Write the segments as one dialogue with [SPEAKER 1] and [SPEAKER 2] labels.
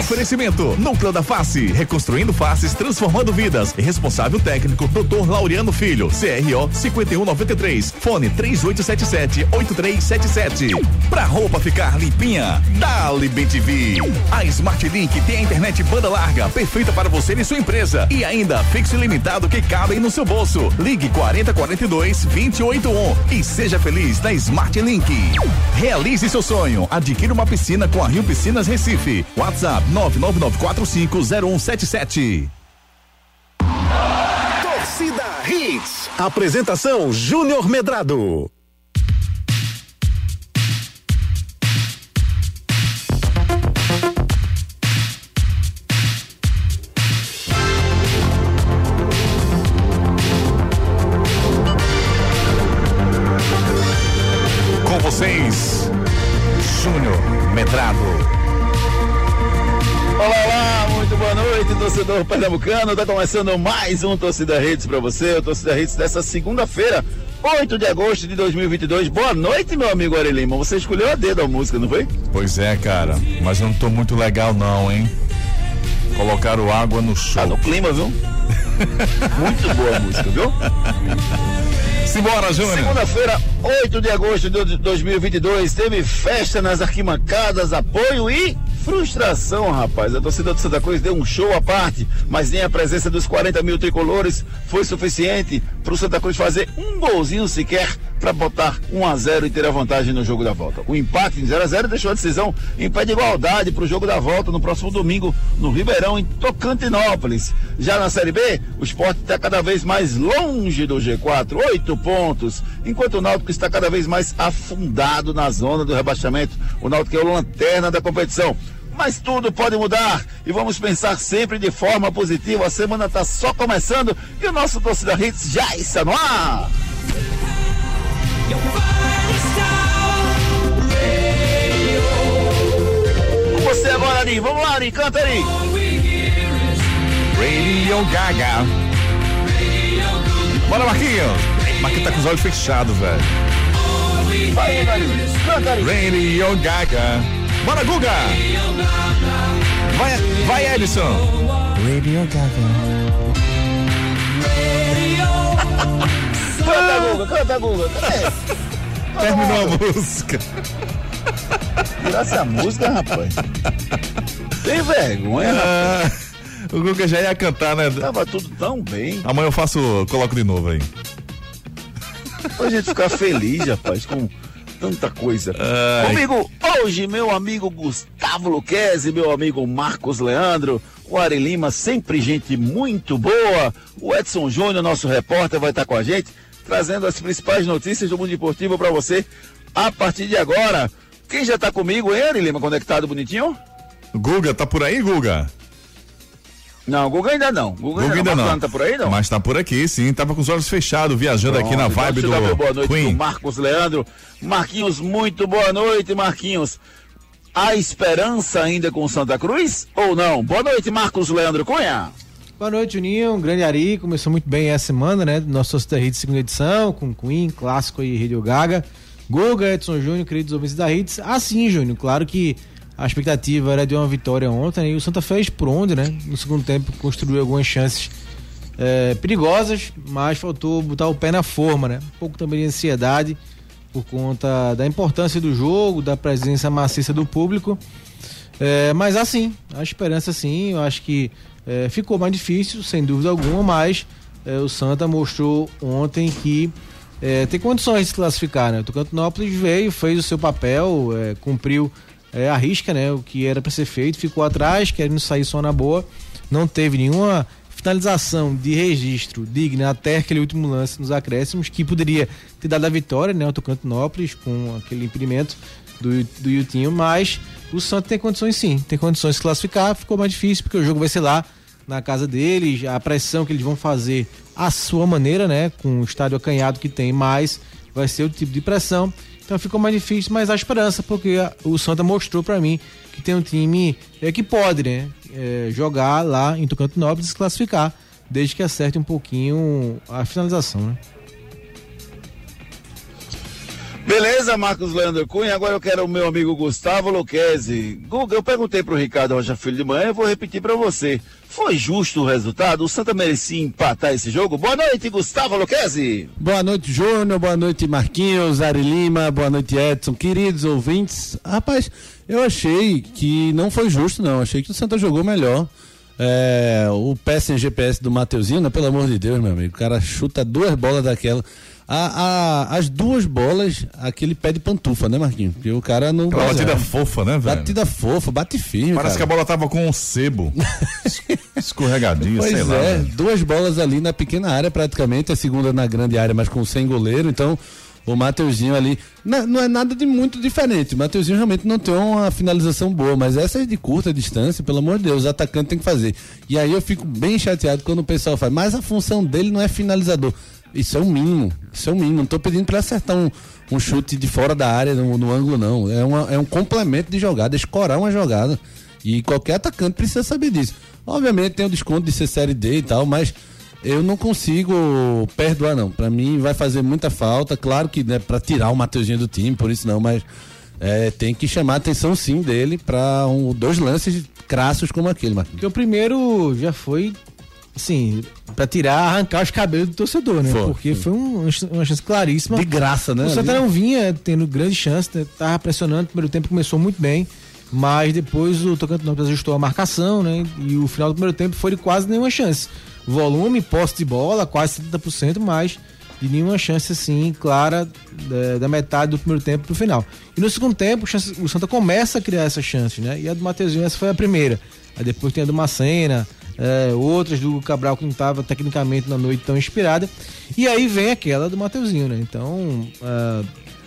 [SPEAKER 1] Oferecimento, Núcleo da Face, reconstruindo faces, transformando vidas. Responsável técnico, Dr. Laureano Filho, CRO 5193, fone 3877-8377. Pra roupa ficar limpinha, Dali Bem TV. A Smart Link tem a internet banda larga, perfeita para você e sua empresa. E ainda, fixo ilimitado que cabem no seu bolso. Ligue 4042 281 e seja feliz na Smart Link. Realize seu sonho. Adquira uma piscina com a Rio Piscinas Recife. WhatsApp 999450177.
[SPEAKER 2] Torcida Hits. Apresentação Júnior Medrado.
[SPEAKER 1] Com vocês, Júnior Medrado.
[SPEAKER 3] Olá, olá, muito boa noite, torcedor pernambucano. Tá começando mais um Torcida Redes pra você, o Torcida Redes dessa segunda-feira, 8 de agosto de 2022. Boa noite, meu amigo Ari Lima. Você escolheu a dedo a música, não foi?
[SPEAKER 1] Pois é, cara, mas eu não tô muito legal não, hein? Colocaram água no show.
[SPEAKER 3] Tá no clima, viu? muito boa a música, viu?
[SPEAKER 1] Simbora, Júnior.
[SPEAKER 3] Segunda-feira, 8 de agosto de 2022, teve festa nas arquimancadas, apoio e frustração, rapaz. A torcida do Santa Cruz deu um show à parte, mas nem a presença dos 40 mil tricolores foi suficiente para o Santa Cruz fazer um golzinho sequer para botar 1 a 0 e ter a vantagem no jogo da volta. O empate em 0 a 0 deixou a decisão em pé de igualdade para o jogo da volta no próximo domingo no Ribeirão, em Tocantinópolis. Já na Série B, o esporte está cada vez mais longe do G4, oito pontos, enquanto o Náutico está cada vez mais afundado na zona do rebaixamento. O Náutico é o lanterna da competição. Mas tudo pode mudar e vamos pensar sempre de forma positiva. A semana está só começando e o nosso torcida Hits já está no ar. Com você agora, Ari. Vamos lá, Ari. Canta, Ari.
[SPEAKER 1] Radio é Gaga. Bora, Marquinhos. Marquinhos tá com os olhos fechados, velho.
[SPEAKER 3] Vai, Ari. Canta, Ari.
[SPEAKER 1] Radio Gaga. Bora, Guga. Vai, vai, Edson.
[SPEAKER 3] Canta, Guga. Canta, Guga.
[SPEAKER 1] Terminou a música.
[SPEAKER 3] Tirar essa música, rapaz. Tem vergonha, rapaz.
[SPEAKER 1] Ah, o Guga já ia cantar, né?
[SPEAKER 3] Tava tudo tão bem.
[SPEAKER 1] Amanhã eu faço, coloco de novo aí.
[SPEAKER 3] Pra gente é ficar feliz, rapaz, com tanta coisa.
[SPEAKER 1] Ai.
[SPEAKER 3] Comigo hoje, meu amigo Gustavo Luquezzi, meu amigo Marcos Leandro, o Ari Lima, sempre gente muito boa. O Edson Júnior, nosso repórter, vai estar com a gente, trazendo as principais notícias do mundo esportivo pra você a partir de agora. Quem já tá comigo, hein, Ari Lima, conectado bonitinho?
[SPEAKER 1] Guga, tá por aí, Guga?
[SPEAKER 3] Não, o Guga ainda não. O
[SPEAKER 1] Guga ainda não.
[SPEAKER 3] Marcos Leandro Tá por aí, não?
[SPEAKER 1] Mas tá por aqui, sim. Tava com os olhos fechados, viajando aqui na
[SPEAKER 3] Pronto,
[SPEAKER 1] vibe
[SPEAKER 3] então deixa eu dar meu boa
[SPEAKER 1] do
[SPEAKER 3] noite
[SPEAKER 1] Queen.
[SPEAKER 3] pro Marcos Leandro. Marquinhos, muito boa noite, Marquinhos. Há esperança ainda com Santa Cruz ou não? Boa noite, Marcos Leandro Cunha.
[SPEAKER 4] Boa noite, Juninho. Um Grande Ari. Começou muito bem essa semana, né? Nosso Torcida Hits, segunda edição, com Queen, clássico aí, Radio Gaga. Guga, Edson Júnior, queridos ouvintes da Hits. Ah, sim, Júnior. Claro que a expectativa era de uma vitória ontem né? e o Santa fez por onde, né? No segundo tempo construiu algumas chances eh, perigosas, mas faltou botar o pé na forma, né? Um pouco também de ansiedade por conta da importância do jogo, da presença maciça do público. É, mas assim, a esperança sim, eu acho que é, ficou mais difícil, sem dúvida alguma, mas é, o Santa mostrou ontem que é, tem condições de se classificar, né? O Tocantinópolis veio, fez o seu papel, é, cumpriu é, a risca, né? O que era para ser feito, ficou atrás, querendo sair só na boa, não teve nenhuma finalização de registro digna até aquele último lance nos acréscimos, que poderia ter dado a vitória, né? O Tocantinópolis com aquele imprimento do, do Yutinho, mas o Santos tem condições sim, tem condições de se classificar, ficou mais difícil, porque o jogo vai ser lá na casa deles, a pressão que eles vão fazer à sua maneira, né? Com o estádio acanhado que tem, mas vai ser o tipo de pressão. Então ficou mais difícil, mas há esperança, porque a- o Santa mostrou pra mim que tem um time é, que pode, né? é, jogar lá em Tocantinópolis e se classificar, desde que acerte um pouquinho a finalização, né?
[SPEAKER 3] Beleza, Marcos Leandro Cunha. Agora eu quero o meu amigo Gustavo Luquezzi. Guga, eu perguntei para o Ricardo Rocha Filho de manhã, eu vou repetir para você. Foi justo o resultado? O Santa merecia empatar esse jogo? Boa noite, Gustavo Luquezzi.
[SPEAKER 5] Boa noite, Júnior. Boa noite, Marquinhos, Ari Lima. Boa noite, Edson. Queridos ouvintes, rapaz, eu achei que não foi justo, não. Achei que o Santa jogou melhor. É, o péssimo GPS do Mateuzinho, né? pelo amor de Deus, meu amigo. O cara chuta duas bolas daquela. A, a, as duas bolas, aquele pé de pantufa, né, Marquinhos? Porque o cara não.
[SPEAKER 1] Aquela batida
[SPEAKER 3] é.
[SPEAKER 1] fofa, né, velho?
[SPEAKER 5] Batida fofa, bate firme.
[SPEAKER 1] Parece que a
[SPEAKER 5] cara.
[SPEAKER 1] bola tava com um sebo. Escorregadinho,
[SPEAKER 5] Pois
[SPEAKER 1] sei
[SPEAKER 5] é,
[SPEAKER 1] lá. velho.
[SPEAKER 5] duas bolas ali na pequena área, praticamente, a segunda na grande área, mas com sem goleiro, então o Mateuzinho ali. na- não é nada de muito diferente. O Mateuzinho realmente não tem uma finalização boa, mas essa é de curta distância, pelo amor de Deus, o atacante tem que fazer. E aí eu fico bem chateado quando o pessoal faz, mas a função dele não é finalizador. Isso é um mínimo, isso é um mínimo. Não tô pedindo para acertar um, um chute de fora da área, no, no ângulo, não. É, uma- é um complemento de jogada, escorar uma jogada. E qualquer atacante precisa saber disso. Obviamente tem o desconto de ser série D e tal, mas eu não consigo perdoar, não. Pra mim vai fazer muita falta. Claro que né, para tirar o Mateuzinho do time, por isso não, mas é, tem que chamar a atenção sim dele pra um, dois lances crassos como aquele, Marquinhos.
[SPEAKER 4] Porque o Então, primeiro já foi, assim, pra tirar, arrancar os cabelos do torcedor, né?
[SPEAKER 5] Foi.
[SPEAKER 4] Porque foi um- uma chance claríssima.
[SPEAKER 5] De graça, né?
[SPEAKER 4] O Santa
[SPEAKER 5] Ali.
[SPEAKER 4] não vinha tendo grande chance, né? tava pressionando, o primeiro tempo começou muito bem, mas depois o Tocantins Nobres ajustou a marcação, né? E o final do primeiro tempo foi de quase nenhuma chance. Volume, posse de bola, quase 70%, mas de nenhuma chance assim clara da, da metade do primeiro tempo pro final. E no segundo tempo, chance- o Santa começa a criar essas chances, né? E a do Mateuzinho, essa foi a primeira. Aí depois tem a do Macena, é, outras do Cabral que não estava tecnicamente na noite tão inspirada. E aí vem aquela do Mateuzinho, né? Então, ah,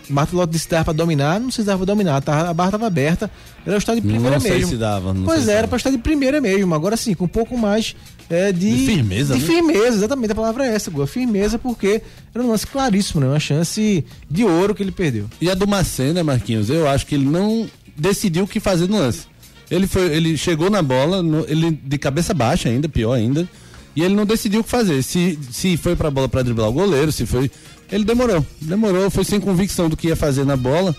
[SPEAKER 4] Marta Lotto disse que dava pra dominar, não sei se dava pra dominar, tava- a barra estava aberta, era o estado de primeira
[SPEAKER 5] Não sei
[SPEAKER 4] mesmo.
[SPEAKER 5] se dava, não
[SPEAKER 4] pois
[SPEAKER 5] sei se
[SPEAKER 4] é, era
[SPEAKER 5] dava.
[SPEAKER 4] pra estar de primeira mesmo, agora sim, com um pouco mais é, de,
[SPEAKER 5] De firmeza,
[SPEAKER 4] de
[SPEAKER 5] né?
[SPEAKER 4] firmeza, exatamente, a palavra é essa, Gua, firmeza, porque era um lance claríssimo, né? Uma chance de ouro que ele perdeu.
[SPEAKER 5] E a do Macena, Marquinhos, eu acho que ele não decidiu o que fazer no lance. Ele, foi, ele chegou na bola, no- ele de cabeça baixa ainda, pior ainda, e ele não decidiu o que fazer. Se, se foi pra bola pra driblar o goleiro, se foi. Ele demorou, demorou, foi sem convicção do que ia fazer na bola.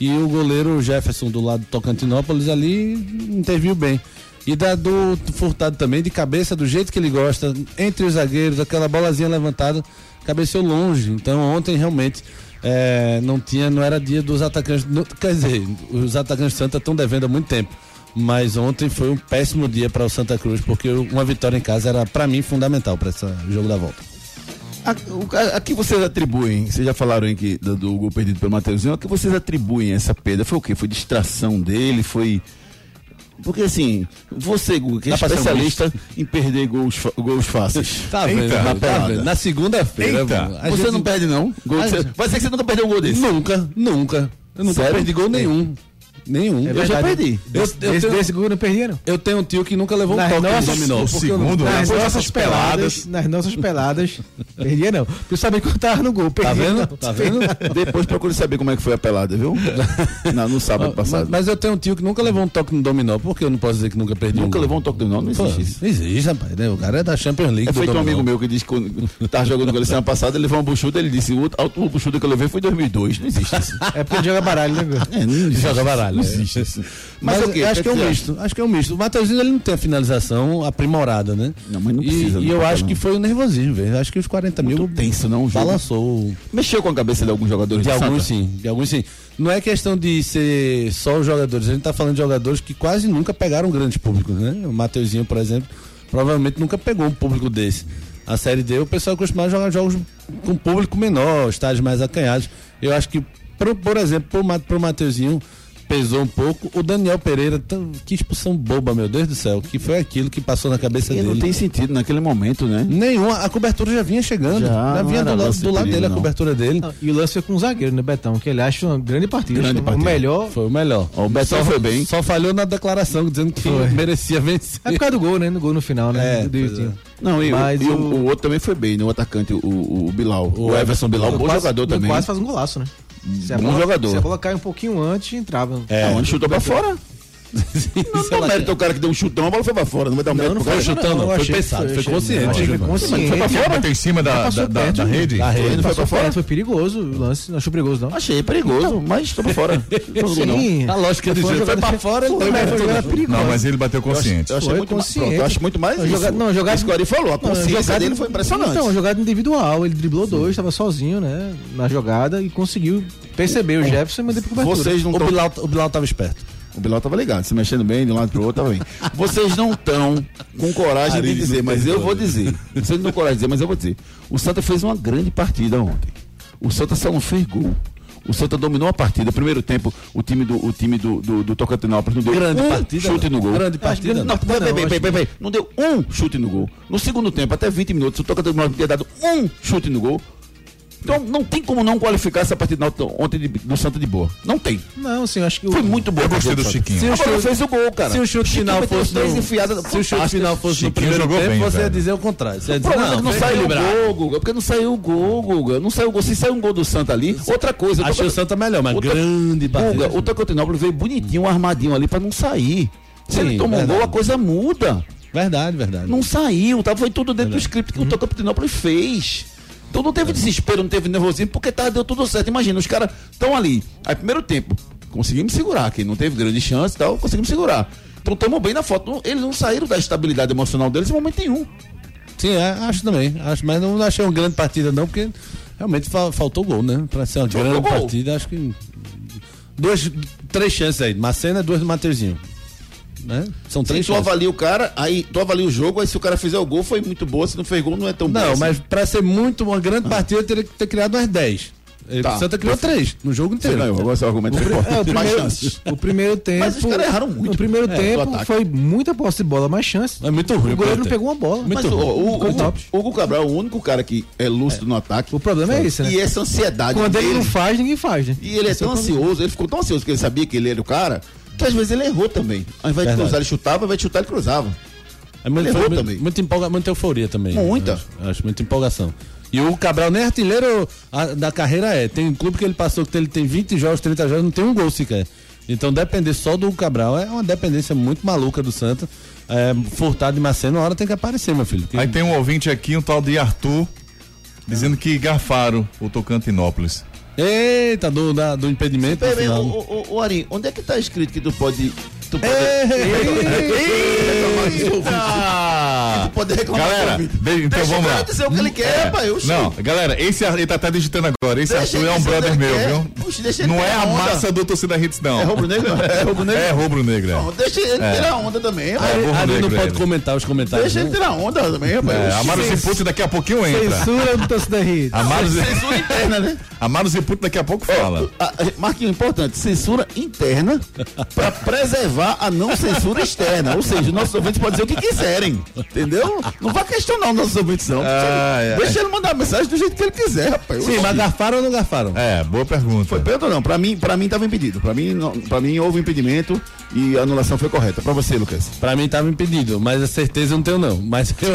[SPEAKER 5] E o goleiro Jefferson do lado do Tocantinópolis ali interviu bem. E da do Furtado também, de cabeça, do jeito que ele gosta, entre os zagueiros, aquela bolazinha levantada, cabeceou longe. Então ontem realmente é, não tinha, não era dia dos atacantes. não- quer dizer, os atacantes do Santa estão devendo há muito tempo. Mas ontem foi um péssimo dia para o Santa Cruz, porque uma vitória em casa era, para mim, fundamental para esse jogo da volta.
[SPEAKER 3] A, o- a- a que vocês atribuem? Vocês já falaram aí que, do, do gol perdido pelo Mateuzinho. A que vocês atribuem essa perda? Foi o quê? Foi distração dele? Foi. Porque assim, você, Guga, que é
[SPEAKER 5] Dá pra ser
[SPEAKER 3] especialista em perder gols, fa- gols fáceis.
[SPEAKER 5] Tá
[SPEAKER 1] Eita,
[SPEAKER 5] vendo?
[SPEAKER 1] tá
[SPEAKER 5] Na, tá
[SPEAKER 3] vendo?
[SPEAKER 5] vendo? Na segunda-feira.
[SPEAKER 1] Eita.
[SPEAKER 5] mano, a
[SPEAKER 3] Você
[SPEAKER 5] gente-
[SPEAKER 3] não perde, não? Gol
[SPEAKER 5] a
[SPEAKER 3] de-
[SPEAKER 5] gente-
[SPEAKER 3] Vai ser que você nunca perdeu um gol desse.
[SPEAKER 5] Nunca, nunca. Eu nunca
[SPEAKER 3] Sério?
[SPEAKER 5] perdi gol nenhum. Nenhum.
[SPEAKER 4] É verdade.
[SPEAKER 5] Eu,
[SPEAKER 4] Desse,
[SPEAKER 5] eu
[SPEAKER 4] desse,
[SPEAKER 5] tenho,
[SPEAKER 4] gol não perderam?
[SPEAKER 5] eu tenho um tio que nunca levou um
[SPEAKER 4] Nas
[SPEAKER 5] toque
[SPEAKER 4] nossas-
[SPEAKER 5] no dominó.
[SPEAKER 1] o
[SPEAKER 5] Porque eu não-
[SPEAKER 1] segundo, né?
[SPEAKER 4] Nas
[SPEAKER 1] Depois
[SPEAKER 4] nossas
[SPEAKER 1] dessas
[SPEAKER 4] peladas, nas nossas peladas, perdia não. Porque eu sabia que eu tava no gol,
[SPEAKER 5] Tá
[SPEAKER 4] perdia
[SPEAKER 5] vendo?
[SPEAKER 4] não.
[SPEAKER 5] Tá vendo?
[SPEAKER 3] Depois procure saber como é que foi a pelada, viu? Não, no sábado
[SPEAKER 5] Mas,
[SPEAKER 3] passado.
[SPEAKER 5] mas eu tenho um tio que nunca levou um toque no dominó. Por que eu não posso dizer que nunca perdi
[SPEAKER 3] nunca
[SPEAKER 5] um gol?
[SPEAKER 3] levou um toque do não, não
[SPEAKER 5] Pô,
[SPEAKER 3] existe isso.
[SPEAKER 5] Não existe, rapaz. Né? O cara é da Champions League.
[SPEAKER 3] É
[SPEAKER 5] do
[SPEAKER 3] feito um
[SPEAKER 5] dominó.
[SPEAKER 3] amigo meu que disse que quando tava jogando goleiro semana passada, ele levou uma buchuda, ele disse, o a última buchuda que eu levei foi em 2002. Não existe isso.
[SPEAKER 4] É porque ele joga baralho, né, Gua?
[SPEAKER 3] É, não existe.
[SPEAKER 5] Joga baralho,
[SPEAKER 3] Não
[SPEAKER 5] é.
[SPEAKER 3] existe isso.
[SPEAKER 5] Mas,
[SPEAKER 3] o quê?
[SPEAKER 5] eu acho que é
[SPEAKER 3] Quer
[SPEAKER 5] um
[SPEAKER 3] dizer,
[SPEAKER 5] misto. Acho que é um misto. O Matheusinho ele não tem a finalização aprimorada, né?
[SPEAKER 3] Não, mas não
[SPEAKER 5] E-
[SPEAKER 3] precisa,
[SPEAKER 5] E,
[SPEAKER 3] não,
[SPEAKER 5] eu
[SPEAKER 3] cara,
[SPEAKER 5] acho
[SPEAKER 3] não.
[SPEAKER 5] que foi o nervosismo, velho. Acho que os 40 mil.
[SPEAKER 3] Muito tenso, não, o jogo.
[SPEAKER 5] Balançou.
[SPEAKER 3] Mexeu com a cabeça de alguns jogadores
[SPEAKER 5] De
[SPEAKER 3] do
[SPEAKER 5] alguns
[SPEAKER 3] Santa?
[SPEAKER 5] sim, de alguns sim. Não é questão de ser só os jogadores, a gente tá falando de jogadores que quase nunca pegaram grandes públicos, né? O Mateuzinho, por exemplo, provavelmente nunca pegou um público desse. A Série D, o pessoal costuma jogar jogos com público menor, estádios mais acanhados. Eu acho que, pro- por exemplo, pro, Ma- pro Mateuzinho pesou um pouco. O Daniel Pereira, tão- que expulsão boba, meu Deus do céu, que foi aquilo que passou na cabeça
[SPEAKER 3] E
[SPEAKER 5] dele.
[SPEAKER 3] não tem sentido naquele momento, né?
[SPEAKER 5] Nenhuma, a cobertura já vinha chegando,
[SPEAKER 3] Já,
[SPEAKER 5] já,
[SPEAKER 3] não
[SPEAKER 5] vinha
[SPEAKER 3] era
[SPEAKER 5] do, lado-
[SPEAKER 3] lance
[SPEAKER 5] do lado
[SPEAKER 3] perigo,
[SPEAKER 5] dele a
[SPEAKER 3] não.
[SPEAKER 5] cobertura dele.
[SPEAKER 4] Não, E o lance foi com o zagueiro, né, Betão? Que ele acha uma grande partida.
[SPEAKER 3] Grande
[SPEAKER 4] o
[SPEAKER 3] partida.
[SPEAKER 4] melhor.
[SPEAKER 5] Foi o melhor.
[SPEAKER 3] Ó, o Betão
[SPEAKER 5] só,
[SPEAKER 3] foi bem.
[SPEAKER 5] Só falhou na declaração dizendo que merecia vencer.
[SPEAKER 4] É por causa do gol, né? No gol no final, né?
[SPEAKER 5] É,
[SPEAKER 4] do
[SPEAKER 5] pois
[SPEAKER 4] Deitinho.
[SPEAKER 3] Não, e, o-
[SPEAKER 4] Mas
[SPEAKER 3] e o,
[SPEAKER 4] o-
[SPEAKER 3] o outro também foi bem, né? O atacante, o, o o Bilal. O, Everson Bilal,
[SPEAKER 4] Ele
[SPEAKER 3] bom
[SPEAKER 4] quase-
[SPEAKER 3] jogador
[SPEAKER 4] ele
[SPEAKER 3] também.
[SPEAKER 4] Quase faz um golaço, né? Se a
[SPEAKER 3] Bom jogador.
[SPEAKER 4] Se a bola cai um pouquinho antes, entrava.
[SPEAKER 3] É, onde chutou pra fora. Não, não mérito é o cara que deu um chutão, a bola foi pra fora. Não vai dar um mérito pro cara.
[SPEAKER 5] Foi chutão, não.
[SPEAKER 4] eu
[SPEAKER 5] Foi
[SPEAKER 4] achei-
[SPEAKER 5] pensado,
[SPEAKER 4] eu
[SPEAKER 5] foi
[SPEAKER 4] achei-
[SPEAKER 5] consciente,
[SPEAKER 4] eu achei que
[SPEAKER 5] Gilmar.
[SPEAKER 4] consciente.
[SPEAKER 3] Mas foi pra fora?
[SPEAKER 1] Bateu em cima da,
[SPEAKER 4] Passou
[SPEAKER 1] da, da-
[SPEAKER 4] perto,
[SPEAKER 1] da
[SPEAKER 4] né?
[SPEAKER 1] rede.
[SPEAKER 5] Da rede.
[SPEAKER 3] Ele foi
[SPEAKER 4] Passou
[SPEAKER 3] pra fora?
[SPEAKER 4] perto, Foi perigoso o lance, não achou perigoso, não. Então,
[SPEAKER 3] Achei perigoso, mas tô pra fora. Não jogou, não.
[SPEAKER 4] Sim.
[SPEAKER 5] A lógica de
[SPEAKER 4] Foi uma
[SPEAKER 5] foi
[SPEAKER 4] jogada-
[SPEAKER 5] pra fora, ele
[SPEAKER 4] Foi,
[SPEAKER 5] também.
[SPEAKER 4] mas foi uma jogada perigosa.
[SPEAKER 1] Não, mas ele bateu consciente.
[SPEAKER 3] né? Eu achei
[SPEAKER 4] Foi
[SPEAKER 3] muito mais.
[SPEAKER 4] consciente.
[SPEAKER 3] Pronto, eu acho muito mais.
[SPEAKER 4] Não,
[SPEAKER 3] isso.
[SPEAKER 4] joga- não, jogada-
[SPEAKER 3] Isso que o Ari falou, a
[SPEAKER 4] Não,
[SPEAKER 3] consciência
[SPEAKER 4] jogada-
[SPEAKER 3] dele foi impressionante.
[SPEAKER 4] Então, jogada individual, ele driblou dois, estava sozinho, né, na jogada e conseguiu perceber o Jefferson e mandar pra cobertura.
[SPEAKER 3] Vocês não
[SPEAKER 5] O
[SPEAKER 3] estão.
[SPEAKER 5] Bilal, o Bilal tava esperto.
[SPEAKER 3] O Bilal tava ligado, se mexendo bem de um lado pro outro, tava bem. Vocês não estão com coragem
[SPEAKER 5] Ari,
[SPEAKER 3] de dizer,
[SPEAKER 5] não
[SPEAKER 3] mas
[SPEAKER 5] tem
[SPEAKER 3] eu vou
[SPEAKER 5] coragem.
[SPEAKER 3] dizer. Vocês não têm coragem de dizer, mas eu vou dizer. O Santa fez uma grande partida ontem. O Santa só não fez gol. O Santa dominou a partida. Primeiro tempo, o time do, o time do, do, do Tocantinópolis não deu
[SPEAKER 5] Grande
[SPEAKER 3] um
[SPEAKER 5] partida,
[SPEAKER 3] chute
[SPEAKER 5] não.
[SPEAKER 3] no gol.
[SPEAKER 5] Grande partida,
[SPEAKER 3] Não,
[SPEAKER 5] não.
[SPEAKER 3] peraí, peraí, peraí, peraí, peraí. Não deu um chute no gol. No segundo tempo, até 20 minutos, o Tocantinópolis tinha dado um chute no gol. Então não tem como não qualificar essa partida ontem de- do Santa de boa. Não tem.
[SPEAKER 4] Não, assim, eu acho que o
[SPEAKER 3] Foi muito bom.
[SPEAKER 1] Eu gostei do
[SPEAKER 3] Santa.
[SPEAKER 1] Chiquinho.
[SPEAKER 5] Se o
[SPEAKER 3] Agora
[SPEAKER 5] chute-
[SPEAKER 3] fez o gol, cara.
[SPEAKER 5] Se o chute
[SPEAKER 3] Chiquinho
[SPEAKER 5] final
[SPEAKER 3] meteu
[SPEAKER 5] fosse
[SPEAKER 3] três
[SPEAKER 5] no-
[SPEAKER 3] enfiadas
[SPEAKER 5] Se o chute
[SPEAKER 3] fantásticas.
[SPEAKER 5] final fosse no
[SPEAKER 1] Chiquinho
[SPEAKER 5] primeiro
[SPEAKER 1] jogou
[SPEAKER 5] tempo,
[SPEAKER 1] bem,
[SPEAKER 5] você ia
[SPEAKER 1] velho.
[SPEAKER 5] dizer o contrário. Você ia
[SPEAKER 3] O
[SPEAKER 5] dizer,
[SPEAKER 3] problema é que não
[SPEAKER 5] fez
[SPEAKER 3] saiu o
[SPEAKER 5] equilibrado.
[SPEAKER 3] gol, Guga. Porque não saiu o gol, Guga. Não saiu o gol. Se saiu um gol do Santa ali, outra coisa.
[SPEAKER 5] Achei o Santa melhor, mas
[SPEAKER 3] Outra-
[SPEAKER 5] grande
[SPEAKER 3] Guga,
[SPEAKER 5] partida.
[SPEAKER 3] o Tocantinópolis veio bonitinho, um armadinho ali pra não sair. Se
[SPEAKER 5] Sim,
[SPEAKER 3] ele toma um
[SPEAKER 5] verdade.
[SPEAKER 3] gol, a coisa muda.
[SPEAKER 5] Verdade, verdade. Uhum.
[SPEAKER 3] Não saiu, tá? foi tudo dentro do script que o Tocantinópolis fez. Então não teve desespero, não teve nervosismo, porque tá, deu tudo certo. Imagina, os caras estão ali. Aí, primeiro tempo, conseguimos segurar, que não teve grande chance e tal, conseguimos segurar. Então estamos bem na foto. Não- Eles não saíram da estabilidade emocional deles em momento nenhum.
[SPEAKER 5] Sim, é, acho também. Acho, mas não achei uma grande partida, não, porque realmente fa- faltou gol, né? Pra ser uma
[SPEAKER 3] Faltou
[SPEAKER 5] grande
[SPEAKER 3] gol.
[SPEAKER 5] partida, acho que. Duas, três chances aí. Macena, duas do Mateuzinho. Né? São
[SPEAKER 3] Sim,
[SPEAKER 5] três
[SPEAKER 3] Então, tu
[SPEAKER 5] chances.
[SPEAKER 3] avalia o cara, aí tu avalia o jogo, aí se o cara fizer o gol, foi muito boa, se não fez gol, não é tão boa.
[SPEAKER 5] Não,
[SPEAKER 3] assim.
[SPEAKER 5] mas pra ser muito uma grande partida, teria que ter criado umas dez. Ele-
[SPEAKER 3] Ah. Tá.
[SPEAKER 5] O Santa criou três no jogo
[SPEAKER 3] Você
[SPEAKER 5] inteiro.
[SPEAKER 3] ganhou, agora seu argumento é
[SPEAKER 4] É, o
[SPEAKER 3] forte. Mais
[SPEAKER 4] primeiro,
[SPEAKER 3] chances.
[SPEAKER 4] o primeiro tempo.
[SPEAKER 3] Mas os caras erraram muito.
[SPEAKER 4] O primeiro
[SPEAKER 3] É, do
[SPEAKER 4] tempo
[SPEAKER 3] ataque.
[SPEAKER 4] foi muita posse de bola, mais chance.
[SPEAKER 5] É muito ruim.
[SPEAKER 4] o goleiro não
[SPEAKER 5] Peter.
[SPEAKER 4] pegou uma bola.
[SPEAKER 3] Mas o, o, o,
[SPEAKER 4] Foi top.
[SPEAKER 3] o Hugo Cabral é o único cara que é lúcido no ataque.
[SPEAKER 4] O problema é esse, né?
[SPEAKER 3] E essa ansiedade
[SPEAKER 4] Quando ele
[SPEAKER 3] dele-
[SPEAKER 4] não faz, ninguém faz, né?
[SPEAKER 3] E ele é
[SPEAKER 4] Esse o
[SPEAKER 3] tão
[SPEAKER 4] problema.
[SPEAKER 3] ansioso, ele ficou tão ansioso que ele sabia que ele era o cara, que às vezes ele errou também. Ao invés de
[SPEAKER 5] Verdade.
[SPEAKER 3] cruzar, ele chutava, ao invés de chutar, ele cruzava.
[SPEAKER 5] É muito,
[SPEAKER 3] Levou
[SPEAKER 5] foi muito-
[SPEAKER 3] também.
[SPEAKER 5] Muita, empolga, muita euforia também.
[SPEAKER 3] Muita.
[SPEAKER 5] Acho, acho muita empolgação. E o Cabral nem é artilheiro a- da carreira é. Tem um clube que ele passou que ele tem 20 jogos, 30 jogos, não tem um gol sequer. Então depender só do Cabral é uma dependência muito maluca do Santa. É, furtado de Macena, uma hora tem que aparecer, meu filho. Tem-
[SPEAKER 1] Aí tem um ouvinte aqui, um tal de Arthur, dizendo que garfaram o Tocantinópolis.
[SPEAKER 5] Eita, do, da- do impedimento. no
[SPEAKER 3] Peraí, ô,
[SPEAKER 5] final.
[SPEAKER 3] ô, ô, ô, Ari, onde é que tá escrito que tu pode. Tu pode, reclamar dos ouvintes?
[SPEAKER 1] Ah!
[SPEAKER 3] Tu pode reclamar dos
[SPEAKER 1] Galera,
[SPEAKER 3] ouvintes.
[SPEAKER 1] be- então
[SPEAKER 3] Deixa o
[SPEAKER 1] vamos
[SPEAKER 3] cara
[SPEAKER 1] lá.
[SPEAKER 3] dizer o que ele quer, pai. Eu
[SPEAKER 1] Não, galera, esse Ar- ele tá até digitando agora. Esse
[SPEAKER 3] Deixa
[SPEAKER 1] Arthur
[SPEAKER 3] ele
[SPEAKER 1] é um
[SPEAKER 3] dizer
[SPEAKER 1] brother
[SPEAKER 3] o que
[SPEAKER 1] meu,
[SPEAKER 3] ele quer.
[SPEAKER 1] viu?
[SPEAKER 3] Puxa, deixa ele
[SPEAKER 1] Não
[SPEAKER 3] ter
[SPEAKER 1] é
[SPEAKER 3] a
[SPEAKER 1] a
[SPEAKER 3] onda.
[SPEAKER 1] massa do torcida hits, não.
[SPEAKER 3] É rubro negro? É rubro negro?
[SPEAKER 1] É rubro-negra.
[SPEAKER 3] Não, deixa ele
[SPEAKER 1] É.
[SPEAKER 3] tirar onda também,
[SPEAKER 5] Ari-
[SPEAKER 3] rapaz.
[SPEAKER 1] burro
[SPEAKER 5] Ari não
[SPEAKER 1] negro
[SPEAKER 5] pode
[SPEAKER 1] ele.
[SPEAKER 5] comentar os comentários.
[SPEAKER 3] Deixa ele
[SPEAKER 5] né?
[SPEAKER 3] tirar onda também, rapaz.
[SPEAKER 1] É, Amaro
[SPEAKER 3] Oxi,
[SPEAKER 1] Ziputo daqui a pouquinho entra.
[SPEAKER 4] Censura do torcida Rita.
[SPEAKER 1] Amaro, Zi-
[SPEAKER 3] Censura interna, né?
[SPEAKER 1] Amaro Ziputo daqui a pouco fala.
[SPEAKER 3] Ah, Marquinhos, importante, censura interna pra preservar a não censura externa. Ou seja, os nossos ouvintes podem dizer o que quiserem. Entendeu? Não vai questionar os nossos ouvintes,
[SPEAKER 1] Ah,
[SPEAKER 3] não.
[SPEAKER 1] Ai, ai.
[SPEAKER 3] Deixa ele mandar mensagem do jeito que ele quiser, rapaz.
[SPEAKER 5] Sim, mas garfaram ou não garfaram?
[SPEAKER 1] É, boa pergunta.
[SPEAKER 3] Pedro, não, pra mim, pra mim tava impedido. Pra mim, não, pra mim houve impedimento e a anulação foi correta. Pra você, Lucas.
[SPEAKER 5] Pra mim tava impedido, mas a certeza eu não tenho, não. Mas eu-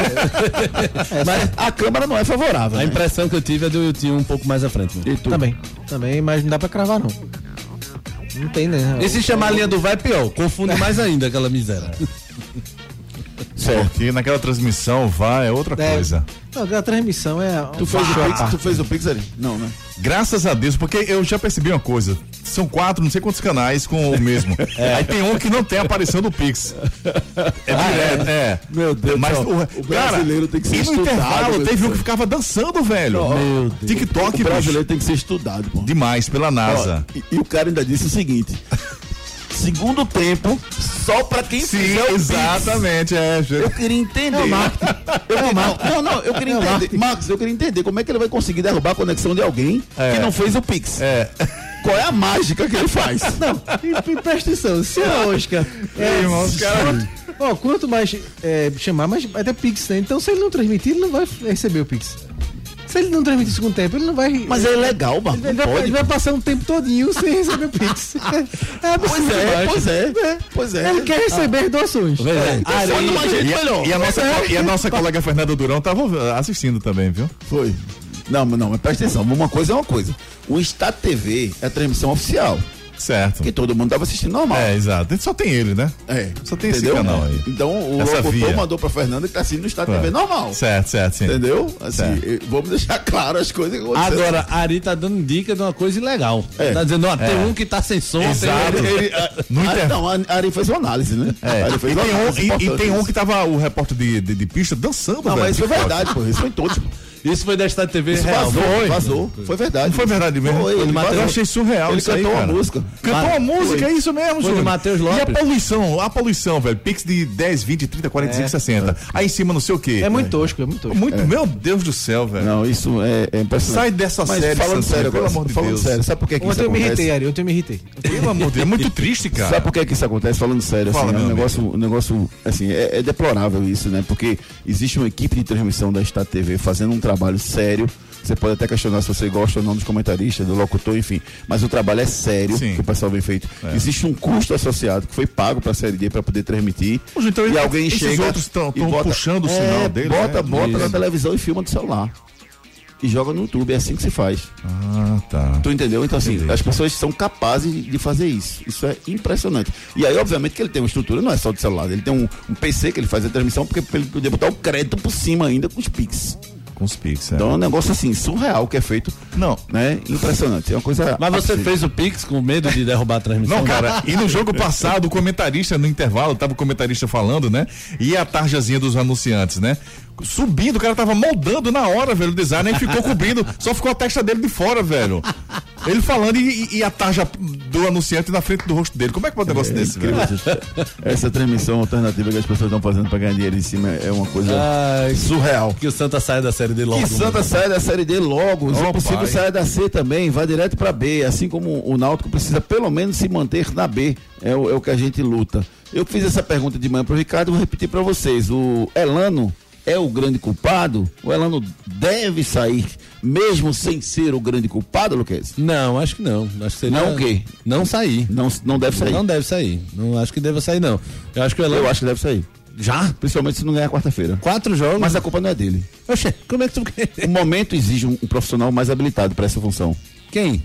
[SPEAKER 3] Mas a Câmara não é favorável.
[SPEAKER 5] a
[SPEAKER 3] né?
[SPEAKER 5] impressão que eu tive é do Yutinho um pouco mais à frente. Né?
[SPEAKER 3] E tu?
[SPEAKER 4] Também. Também, mas não dá pra cravar, não.
[SPEAKER 3] Então,
[SPEAKER 4] Não tem, né?
[SPEAKER 5] E se chamar a linha do vai, é pior. Confunde mais ainda aquela miséria.
[SPEAKER 3] Certo.
[SPEAKER 1] Porque naquela transmissão, vai, é outra
[SPEAKER 4] É,
[SPEAKER 1] coisa.
[SPEAKER 4] Não, aquela transmissão é.
[SPEAKER 3] Tu fez,
[SPEAKER 4] Show
[SPEAKER 3] o
[SPEAKER 4] à
[SPEAKER 3] pix,
[SPEAKER 4] parte.
[SPEAKER 3] tu fez o Pix ali? Não, né?
[SPEAKER 1] Graças a Deus, porque eu já percebi uma coisa. São quatro, não sei quantos canais com o mesmo. Aí tem um que não tem a aparição do Pix. É direto, é.
[SPEAKER 3] Ah, Meu Deus,
[SPEAKER 1] Mas
[SPEAKER 3] não.
[SPEAKER 1] o,
[SPEAKER 3] O
[SPEAKER 1] cara,
[SPEAKER 3] brasileiro tem que ser
[SPEAKER 1] e no
[SPEAKER 3] estudado,
[SPEAKER 1] intervalo
[SPEAKER 3] meu
[SPEAKER 1] teve um
[SPEAKER 3] Deus.
[SPEAKER 1] que ficava dançando, velho.
[SPEAKER 3] Meu
[SPEAKER 1] Deus. TikTok,
[SPEAKER 3] o
[SPEAKER 1] bicho.
[SPEAKER 3] brasileiro tem que ser estudado, pô.
[SPEAKER 1] Demais, pela NASA.
[SPEAKER 3] Ó, e, e o cara ainda disse o seguinte: segundo tempo, só pra quem
[SPEAKER 1] Sim,
[SPEAKER 3] fizer o Pix.
[SPEAKER 1] exatamente, é.
[SPEAKER 3] Eu queria entender. Eu
[SPEAKER 4] É
[SPEAKER 3] queria- não, não, eu queria entender. Marcos, eu queria entender como é que ele vai conseguir derrubar a conexão de alguém
[SPEAKER 1] É.
[SPEAKER 3] que não fez o Pix.
[SPEAKER 1] É.
[SPEAKER 3] Qual é a mágica que ele faz?
[SPEAKER 4] Não, e, e presta atenção, se a Oscar. É,
[SPEAKER 1] irmão, os caras-
[SPEAKER 4] quanto- ó, quanto mais é, chamar, mais vai ter Pix, né? Então, se ele não transmitir, ele não vai receber o Pix. Se ele não transmitir o segundo tempo, ele não vai.
[SPEAKER 3] Mas é legal, Marcos.
[SPEAKER 4] ele,
[SPEAKER 3] não
[SPEAKER 4] vai,
[SPEAKER 3] pode.
[SPEAKER 4] ele vai passar um tempo todinho sem receber o Pix. É
[SPEAKER 3] Pois é,
[SPEAKER 4] absurdo. né?
[SPEAKER 3] pois é, pois é.
[SPEAKER 4] Ele quer receber Ah, as doações.
[SPEAKER 5] Vê, vê.
[SPEAKER 3] Então foi de uma gente
[SPEAKER 1] E
[SPEAKER 3] melhor.
[SPEAKER 1] a, e a nossa, co- e a nossa colega Fernanda Durão tava assistindo também, viu?
[SPEAKER 3] Foi. Não, mas não, mas presta atenção, uma coisa é uma coisa. O Estado TV é a transmissão oficial.
[SPEAKER 1] Certo.
[SPEAKER 3] Que todo mundo tava assistindo normal.
[SPEAKER 1] É, exato. Só tem ele, né?
[SPEAKER 3] É.
[SPEAKER 1] Só tem esse
[SPEAKER 3] Entendeu?
[SPEAKER 1] canal aí.
[SPEAKER 3] Então o
[SPEAKER 1] Essa
[SPEAKER 3] locutor
[SPEAKER 1] via.
[SPEAKER 3] mandou pra Fernanda que tá assistindo no Estado TV normal.
[SPEAKER 1] Certo, certo, sim.
[SPEAKER 3] Entendeu? Assim,
[SPEAKER 1] Certo.
[SPEAKER 3] eh, vamos deixar claro as coisas que aconteceram.
[SPEAKER 5] Agora, a Ari tá dando dica de uma coisa ilegal.
[SPEAKER 3] É.
[SPEAKER 5] Tá dizendo, ó, tem
[SPEAKER 1] É.
[SPEAKER 5] um que tá sem som,
[SPEAKER 1] Exato.
[SPEAKER 5] tem outro-
[SPEAKER 1] Ele, ah, no
[SPEAKER 3] Ah,
[SPEAKER 1] inter...
[SPEAKER 3] Não, a Ari fez uma análise, né?
[SPEAKER 1] É.
[SPEAKER 3] A Ari
[SPEAKER 1] E
[SPEAKER 3] fez
[SPEAKER 1] tem,
[SPEAKER 3] uma
[SPEAKER 1] um,
[SPEAKER 3] análise
[SPEAKER 1] e- e,
[SPEAKER 3] importante
[SPEAKER 1] tem um
[SPEAKER 3] isso.
[SPEAKER 1] que tava o repórter de, de, de pista dançando,
[SPEAKER 3] Não,
[SPEAKER 1] velho.
[SPEAKER 3] mas isso foi
[SPEAKER 1] TikTok.
[SPEAKER 3] verdade, pô. Isso foi em todos. pô.
[SPEAKER 5] Isso foi da Estado TV
[SPEAKER 3] Isso
[SPEAKER 5] real.
[SPEAKER 3] vazou,
[SPEAKER 5] não foi?
[SPEAKER 3] vazou. Foi verdade.
[SPEAKER 1] Não foi verdade mesmo?
[SPEAKER 3] Foi, ele
[SPEAKER 1] eu
[SPEAKER 3] bateu-
[SPEAKER 1] achei surreal
[SPEAKER 3] ele
[SPEAKER 1] isso aí,
[SPEAKER 3] cantou uma
[SPEAKER 1] cara.
[SPEAKER 3] música.
[SPEAKER 1] Cantou
[SPEAKER 5] Cara,
[SPEAKER 1] uma música, é isso mesmo,
[SPEAKER 5] Foi do
[SPEAKER 1] Júnior.
[SPEAKER 5] Matheus
[SPEAKER 1] E a
[SPEAKER 5] Lopes.
[SPEAKER 1] poluição, a poluição, velho. Pix de 10, 20, 30,
[SPEAKER 3] É.
[SPEAKER 1] 45, 60. Aí em cima não sei o quê.
[SPEAKER 4] É muito tosco, é muito tosco.
[SPEAKER 1] Muito, meu Deus do céu, velho.
[SPEAKER 3] Não, isso é, é impressionante.
[SPEAKER 1] Sai dessa
[SPEAKER 3] Mas
[SPEAKER 1] série,
[SPEAKER 3] falando
[SPEAKER 1] Sansão,
[SPEAKER 3] sério,
[SPEAKER 1] pelo
[SPEAKER 3] agora,
[SPEAKER 1] amor de
[SPEAKER 3] falando
[SPEAKER 1] Deus.
[SPEAKER 3] sério, sabe por que, que isso
[SPEAKER 4] Ontem eu me
[SPEAKER 3] acontece?
[SPEAKER 4] irritei, Ari, ontem eu me irritei.
[SPEAKER 1] Pelo amor de Deus, é muito triste, cara.
[SPEAKER 3] Sabe por que, que isso acontece? Falando sério,
[SPEAKER 1] Fala,
[SPEAKER 3] assim, é
[SPEAKER 1] meu
[SPEAKER 3] um
[SPEAKER 1] amigo.
[SPEAKER 3] negócio, um negócio assim, é, é deplorável isso, né? Porque existe uma equipe de transmissão da Estado TV fazendo um trabalho sério. Você pode até questionar se você gosta ou não dos comentaristas, do locutor, enfim. Mas o trabalho é sério,
[SPEAKER 1] Sim. É.
[SPEAKER 3] que o pessoal vem feito. Existe um custo associado que foi pago para a Série D para poder transmitir.
[SPEAKER 1] Mas então
[SPEAKER 3] e
[SPEAKER 1] esses
[SPEAKER 3] alguém chega
[SPEAKER 1] outros tão-
[SPEAKER 3] e
[SPEAKER 1] tão
[SPEAKER 3] bota-
[SPEAKER 1] puxando o sinal
[SPEAKER 3] É,
[SPEAKER 1] dele,
[SPEAKER 3] Bota,
[SPEAKER 1] né?
[SPEAKER 3] bota na
[SPEAKER 1] Isso.
[SPEAKER 3] televisão e filma do celular. E joga no YouTube, é assim que se faz.
[SPEAKER 1] Ah, tá.
[SPEAKER 3] Tu entendeu? Então, assim,
[SPEAKER 1] Entendi.
[SPEAKER 3] as pessoas são capazes de- de fazer isso. Isso é impressionante. E aí, obviamente, que ele tem uma estrutura, não é só de celular. Ele tem um, um PC que ele faz a transmissão, porque ele podia botar o crédito por cima ainda com os Pix.
[SPEAKER 1] Com os Pix, é.
[SPEAKER 3] Então é um negócio assim, surreal que é feito,
[SPEAKER 1] Não.
[SPEAKER 3] né? Impressionante. É uma coisa.
[SPEAKER 5] Mas você
[SPEAKER 3] absurda.
[SPEAKER 5] fez o Pix com medo de derrubar a transmissão?
[SPEAKER 1] Não, cara, e no jogo passado, o comentarista, no intervalo, tava o comentarista falando, né? E a tarjazinha dos anunciantes, né? Subindo, o cara tava moldando na hora, velho, o design, aí ficou cobrindo, só ficou a testa dele de fora, velho. Ele falando e, e- e a tarja do anunciante na frente do rosto dele. Como é que pode um negócio desse, velho?
[SPEAKER 3] Essa transmissão alternativa que as pessoas estão fazendo pra ganhar dinheiro em cima é uma coisa
[SPEAKER 5] Ai,
[SPEAKER 3] surreal.
[SPEAKER 5] que o Santa saia da série de logo. né?
[SPEAKER 3] Que Santa saia da Série D logo. Se
[SPEAKER 1] Oh,
[SPEAKER 3] possível,
[SPEAKER 1] pai.
[SPEAKER 3] saia da C também. Vai direto para B. Assim como o Náutico precisa, pelo menos, se manter na B. É o, é o que a gente luta. Eu fiz essa pergunta de manhã pro Ricardo e vou repetir para vocês. O Elano é o grande culpado? O Elano deve sair, mesmo sem ser o grande culpado, Luquez?
[SPEAKER 5] Não, acho que não. Acho que seria...
[SPEAKER 3] Não o quê?
[SPEAKER 5] Não sair.
[SPEAKER 3] Não, não deve sair.
[SPEAKER 5] Não deve sair. Não acho que deva sair, não. Eu acho que o Elano...
[SPEAKER 3] Eu acho que deve sair.
[SPEAKER 5] Já?
[SPEAKER 3] Principalmente se não ganhar quarta-feira.
[SPEAKER 5] Quatro jogos?
[SPEAKER 3] Mas a culpa não é dele.
[SPEAKER 5] Oxê, como é que tu...
[SPEAKER 3] O momento exige um, um profissional mais habilitado para essa função.
[SPEAKER 5] Quem?